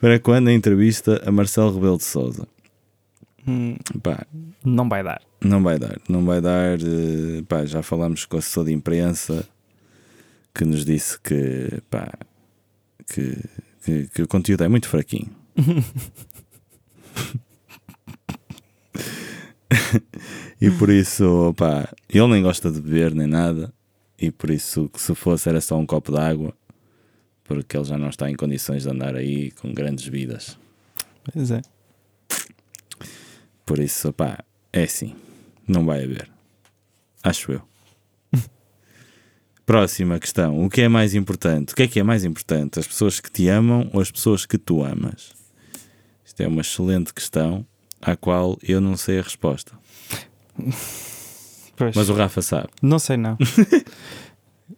para quando a entrevista a Marcelo Rebelo de Souza? Hum, Pá, não vai dar. Não vai dar, não vai dar. eh, pá, já falámos com o assessor de imprensa que nos disse que, pá, que, que, que o conteúdo é muito fraquinho. <laughs> e por isso, pá, ele nem gosta de beber nem nada. E por isso, que se fosse, era só um copo de água, porque ele já não está em condições de andar aí com grandes vidas. Pois é. Por isso, pá, é assim. Não vai haver. Acho <laughs> eu. Próxima questão. O que é mais importante? O que é que é mais importante? As pessoas que te amam ou as pessoas que tu amas? Isto é uma excelente questão à qual eu não sei a resposta. Pois. Mas o Rafa sabe. Não sei, <laughs> não.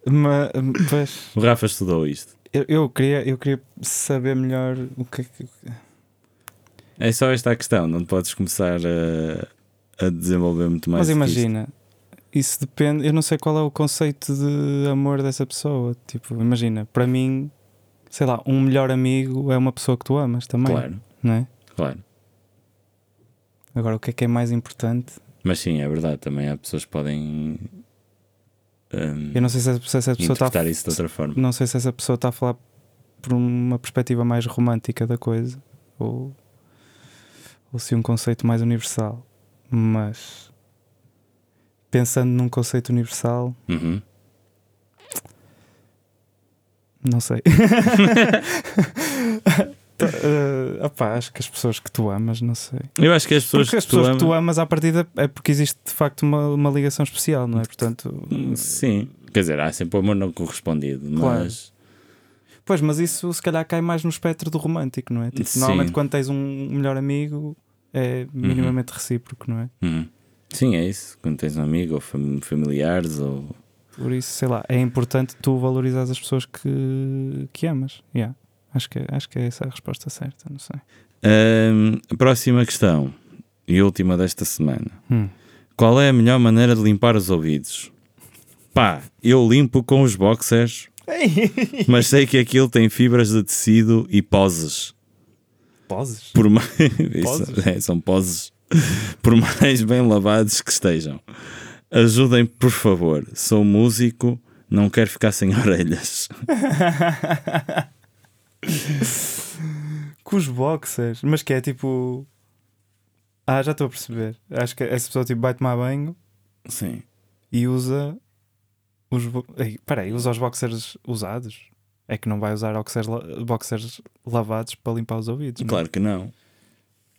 Mas, pois, O Rafa estudou isto. eu, eu queria, eu queria saber melhor o que é que. É só esta a questão. Não podes começar a, a desenvolver muito mais. Mas do que isto. imagina, isso depende. Eu não sei qual é o conceito de amor dessa pessoa. Tipo, imagina, para mim, sei lá, um melhor amigo é uma pessoa que tu amas também. Claro, Não é? claro. Agora, o que é que é mais importante? Mas sim, é verdade, também há pessoas que podem hum, Eu não sei se essa, se essa pessoa tá está. interpretar isso de outra forma. Não sei se essa pessoa está a falar por uma perspectiva mais romântica da coisa ou, ou se um conceito mais universal. Mas pensando num conceito universal, Uhum. Não sei. <laughs> Tá, eh, opá, acho que as pessoas que tu amas, não sei. Eu acho que as pessoas porque as que tu pessoas que tu amas- amas à partida é porque existe de facto uma, uma ligação especial, não é? Portanto, Hum, Sim, quer dizer, há sempre o amor não correspondido, Claro. mas pois, mas isso se calhar cai mais no espectro do romântico, não é? Tipo, Sim. normalmente quando tens um melhor amigo é minimamente recíproco, não é? Uhum. sim, é isso. Quando tens um amigo ou fam- familiares ou Por isso, sei lá, é importante tu valorizares as pessoas que, que amas. Yeah. Acho, que, acho que é essa a resposta certa, não sei. Hum, a próxima questão e última desta semana. Hum. Qual é a melhor maneira de limpar os ouvidos? Pá, eu limpo com os boxers, <laughs> mas sei que aquilo tem fibras de tecido e poses. Poses? Por mais... <laughs> isso, é, são poses. Por mais bem lavados que estejam. Ajudem, por favor. Sou músico, não quero ficar sem orelhas. <laughs> Com os boxers. Mas que é tipo. Ah, já estou a perceber. Acho que essa pessoa tipo, vai tomar banho Sim. e usa os. bo- Ei, Peraí, usa os boxers usados. É que não vai usar boxers, la- boxers lavados para limpar os ouvidos. não é? Claro que não.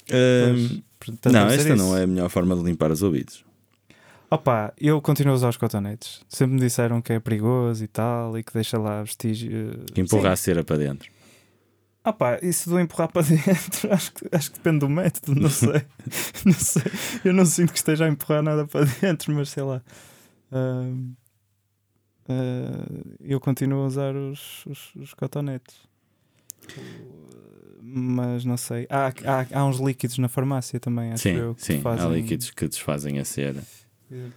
Pois, Hum, portanto, não, deve ser esta isso. não é a melhor forma de limpar os ouvidos. Opa, eu continuo a usar os cotonetes. Sempre me disseram que é perigoso e tal e que deixa lá vestígio. Que empurrar a cera para dentro. Ah pá, isso do empurrar para <laughs> dentro, acho que, acho que depende do método, não <laughs> sei. não sei. Eu não sinto que esteja a empurrar nada para dentro, mas sei lá. Ahm, ah, eu continuo a usar os, os, os cotonetes. Mas não sei. Há, há, há uns líquidos na farmácia também, acho sim, eu. Que sim. fazem... Há líquidos que desfazem a cera.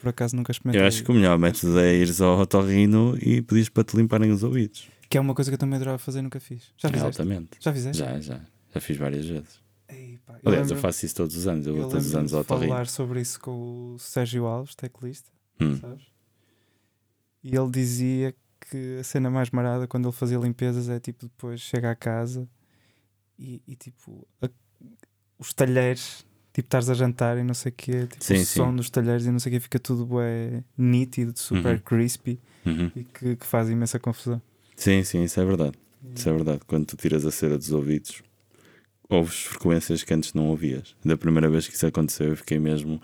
Por acaso nunca experimentei. Eu acho que o melhor método é ires ao otorrino e pedires para te limparem os ouvidos. Que é uma coisa que eu também adorava fazer e nunca fiz. Já É, fizeste? altamente. Já fizeste? Já, já. Já fiz várias vezes. Ei, pá, eu Aliás, eu lembro- faço isso todos os anos. Eu eu vou todos os lembro-me anos ao de falar otorrino. sobre isso com o Sérgio Alves, teclista. Hum. sabes? E ele dizia que a cena mais marada quando ele fazia limpezas é tipo depois chega à casa e, e, tipo a- os talheres, tipo estás a jantar e não sei o quê, tipo, Sim, o som sim. dos talheres e não sei o quê, fica tudo bué nítido, super Uhum. crispy Uhum. e que, que faz imensa confusão. Sim, sim, isso é verdade. Isso é verdade. Quando tu tiras a cera dos ouvidos, ouves frequências que antes não ouvias. Da primeira vez que isso aconteceu, eu fiquei mesmo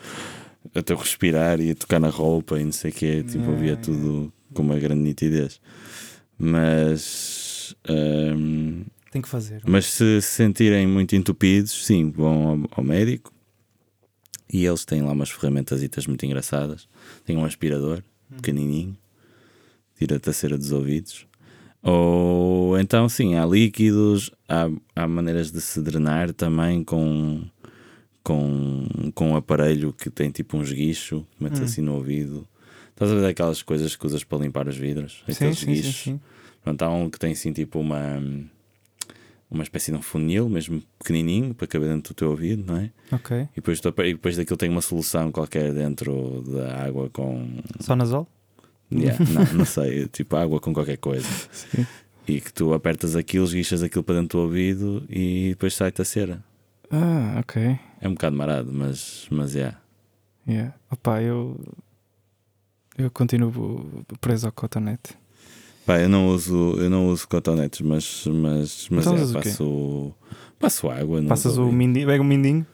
a te respirar e a tocar na roupa e não sei o quê. Tipo, Yeah, ouvia yeah. tudo com uma grande nitidez. Mas. hum, Tem que fazer. mas se se sentirem muito entupidos, sim, vão ao, ao médico e eles têm lá umas ferramentazitas muito engraçadas. Tem um aspirador Hum. pequenininho, tira-te a cera dos ouvidos. Ou então, sim, há líquidos, há, há maneiras de se drenar também com, com, com um aparelho que tem tipo um esguicho, que Hum. metes assim no ouvido. Estás a ver aquelas coisas que usas para limpar os vidros? Sim, Aqueles sim, sim, guichos. sim. Pronto, há um que tem assim tipo uma uma espécie de um funil, mesmo pequenininho, para caber dentro do teu ouvido, não é? Ok. E depois, tu apa- e depois daquilo tem uma solução qualquer dentro da água com. Só nasol? <laughs> Yeah, não, não sei, tipo água com qualquer coisa. Sim. E que tu apertas aquilo, esguichas aquilo para dentro do ouvido e depois sai-te a cera. Ah, ok. É um bocado marado, mas, mas é. Yeah. Opa, eu. Eu continuo preso ao cotonete. Pá, eu não uso, eu não uso cotonetes, mas, mas, mas Então é, usas o quê? passo, passo água. nos Passas o ouvidos. mindinho, pega o <laughs> mindinho.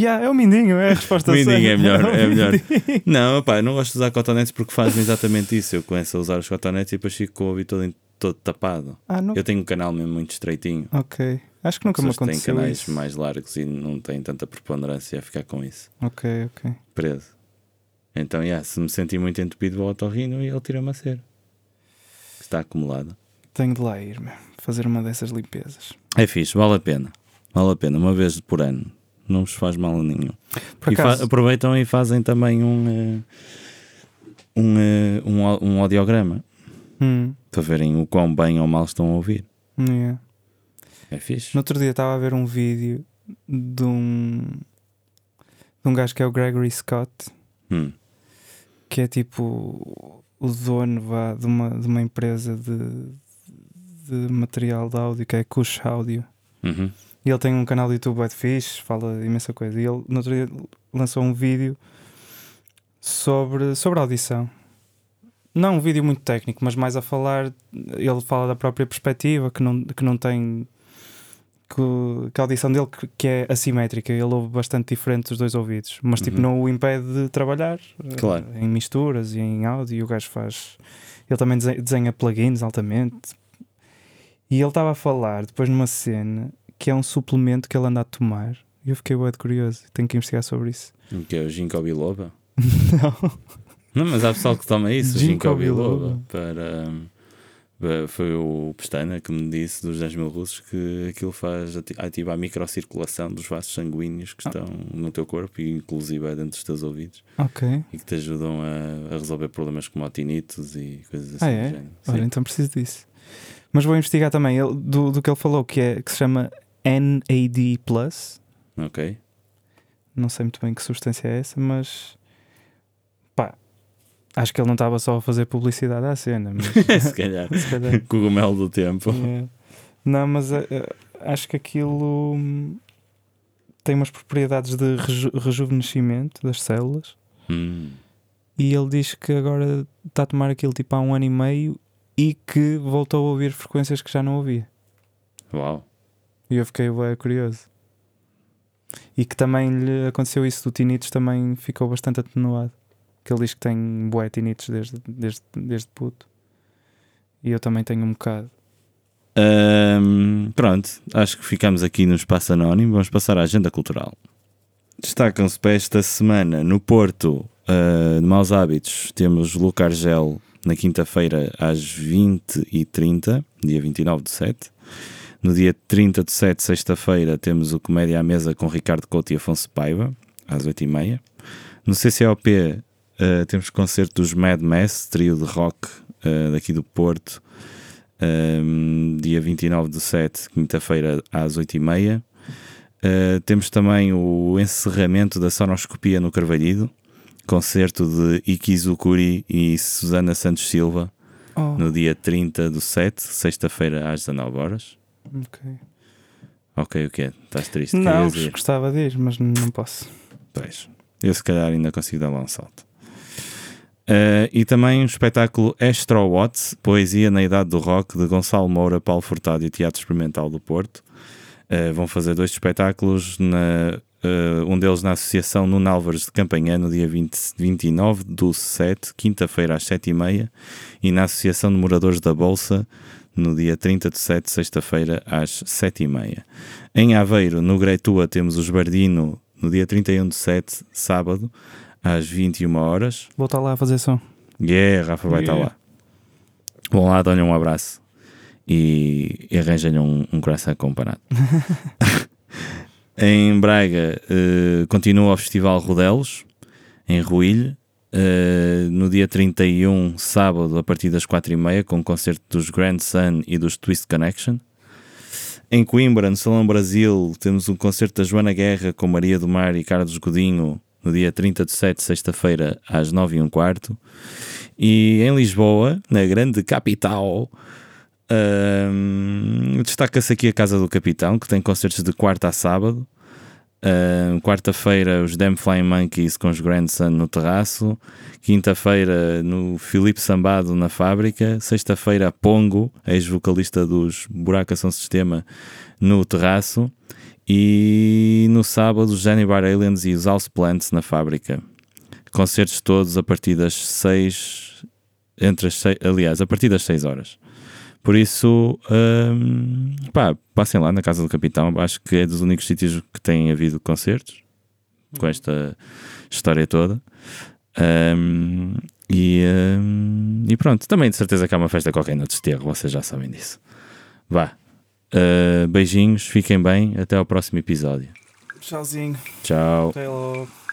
yeah, é o mindinho, é a resposta Mindinho certa. é <laughs> melhor, o é melhor. mindinho. Não, pá, eu não gosto de usar cotonetes porque fazem exatamente isso. Eu começo a usar os cotonetes e depois fico com o ouvido todo, todo tapado. Ah, não. Eu tenho um canal mesmo muito estreitinho. Ok. Acho que nunca me Pessoas que têm Ah, aconteceu canais isso. mais largos e não têm tanta preponderância a ficar com isso Ok, ok. preso. Então, yeah, se me sentir muito entupido, vou ao torrino e ele tira-me a cera. que Está acumulada. Tenho de lá ir, meu. Fazer uma dessas limpezas. É fixe, vale a pena. Vale a pena, uma vez por ano. não vos faz mal nenhum. Por E fa- acaso- aproveitam e fazem também um, eh, um, eh, um, au- um audiograma Hum, para verem o quão bem ou mal estão a ouvir. yeah. É fixe. No outro dia estava a ver um vídeo de um, de um gajo que é o Gregory Scott, Hum. que é tipo o dono vá, de, uma, de uma empresa de, de material de áudio que é Cush Audio. Uhum. E ele tem um canal de YouTube é de fixe, fala imensa coisa. E ele no outro dia lançou um vídeo sobre, sobre audição. Não um vídeo muito técnico, mas mais a falar. Ele fala da própria perspectiva, que não, que não tem. Que, o- que a audição dele que, que é assimétrica, ele ouve bastante diferente dos dois ouvidos, mas tipo Uhum. não o impede de trabalhar eh, Claro. em misturas e em áudio. E o gajo faz. Ele também dese- desenha plugins altamente. E ele estava a falar depois numa cena que é um suplemento que ele anda a tomar. E eu fiquei bué de curioso, tenho que investigar sobre isso. <laughs> O que é o Ginkgo Biloba? Não. Não, mas há pessoal que toma isso, o Ginkgo Ginkgo Biloba. biloba. Para, hum, para- foi o Pestana que me disse dos 10 mil russos que aquilo faz ati- ativa a microcirculação dos vasos sanguíneos que estão no teu corpo e inclusive é dentro dos teus ouvidos Ok. e que te ajudam a, a resolver problemas como otinitos e coisas assim Ah, do é? género. Olha, então preciso disso. Mas vou investigar também ele- do, do que ele falou, que, é, que se chama NAD. Sim, ok. Não sei muito bem que substância é essa, mas. pá. Acho que ele não estava só a fazer publicidade à cena, mas. <laughs> ah, <laughs> Se calhar. se calhar. Cogumelo do tempo. Yeah. Não, mas eh, eh, acho que aquilo hum, tem umas propriedades de reju- rejuvenescimento das células. Hum. E ele diz que agora está a tomar aquilo tipo há um ano e meio e que voltou a ouvir frequências que já não ouvia. Uau. E eu fiquei bem curioso. E que também lhe aconteceu isso do tinitos, também ficou bastante atenuado. Que ele diz que tem bué tinitos desde, desde, desde puto. E eu também tenho um bocado. Ahm, pronto, acho que ficamos aqui no espaço anónimo. Vamos passar à agenda cultural. Destacam-se para esta semana no Porto, ah, de Maus Hábitos, temos Luca Argel na quinta-feira às 20h30, dia 29 de 7. No dia 30 de 7, sexta-feira, temos o Comédia à Mesa com Ricardo Couto e Afonso Paiva, às 8h30. No CCOP ah, temos concerto dos Mad Mess, trio de rock ah, daqui do Porto, um, dia 29 de 7, quinta-feira, às 8h30. Uh, temos também o encerramento da sonoscopia no Carvalhido, concerto de Ikizukuri e Susana Santos Silva, Oh, no dia 30 do 7, sexta-feira, às 19 horas. ok. Ok, o que é? Estás triste? Não, Querias ir? gostava de ir, mas não posso. Pois. Eu se calhar ainda consigo dar lá um salto. Eh, e também o espetáculo Astro Watts, Poesia na Idade do Rock, de Gonçalo Moura, Paulo Furtado e Teatro Experimental do Porto. Eh, vão fazer dois espetáculos, na, eh, um deles na Associação Nuno Álvares de Campanhã, no dia 20, 29 do 7, quinta-feira às 7h30, e na Associação de Moradores da Bolsa, no dia 30 de 7, sexta-feira às 7h30. Em Aveiro, no Greitua, temos o Esbardino no dia 31 de 7, sábado, às 21 horas. Vou estar lá a fazer som. Yeah, Rafa vai estar Yeah. lá. Vão lá, dão-lhe um abraço e e arranjem-lhe um, um coração comparado. em Braga, eh, continua o Festival Rodelos, em Ruilho. eh, no dia 31, sábado, a partir das 4h30, com o concerto dos Grand Sun e dos Twist Connection. Em Coimbra, no Salão Brasil, temos um concerto da Joana Guerra com Maria do Mar e Carlos Godinho no dia 30 de 7, sexta-feira, às 9h15. E em Lisboa, na grande capital, ahm, destaca-se aqui a Casa do Capitão, que tem concertos de quarta a sábado. Ahm, Quarta-feira, os Damn Flying Monkeys com os Grand Sun no terraço. Quinta-feira, no Filipe Sambado na fábrica. Sexta-feira, Pongo, ex-vocalista dos Buracação Sistema, no terraço. E no sábado, os Janibar Aliens e os Houseplants na fábrica. Concertos todos a partir das 6. Entre as seis- aliás, a partir das 6 horas. Por isso, hum, pá, passem lá na Casa do Capitão. Acho que é dos únicos sítios que têm havido concertos com esta história toda. Hum, e, hum, e pronto, também de certeza que há uma festa qualquer no Desterro, vocês já sabem Ah, disso. Vá, Uh, beijinhos, fiquem bem, até ao próximo episódio. Tchauzinho. Tchau. Até logo.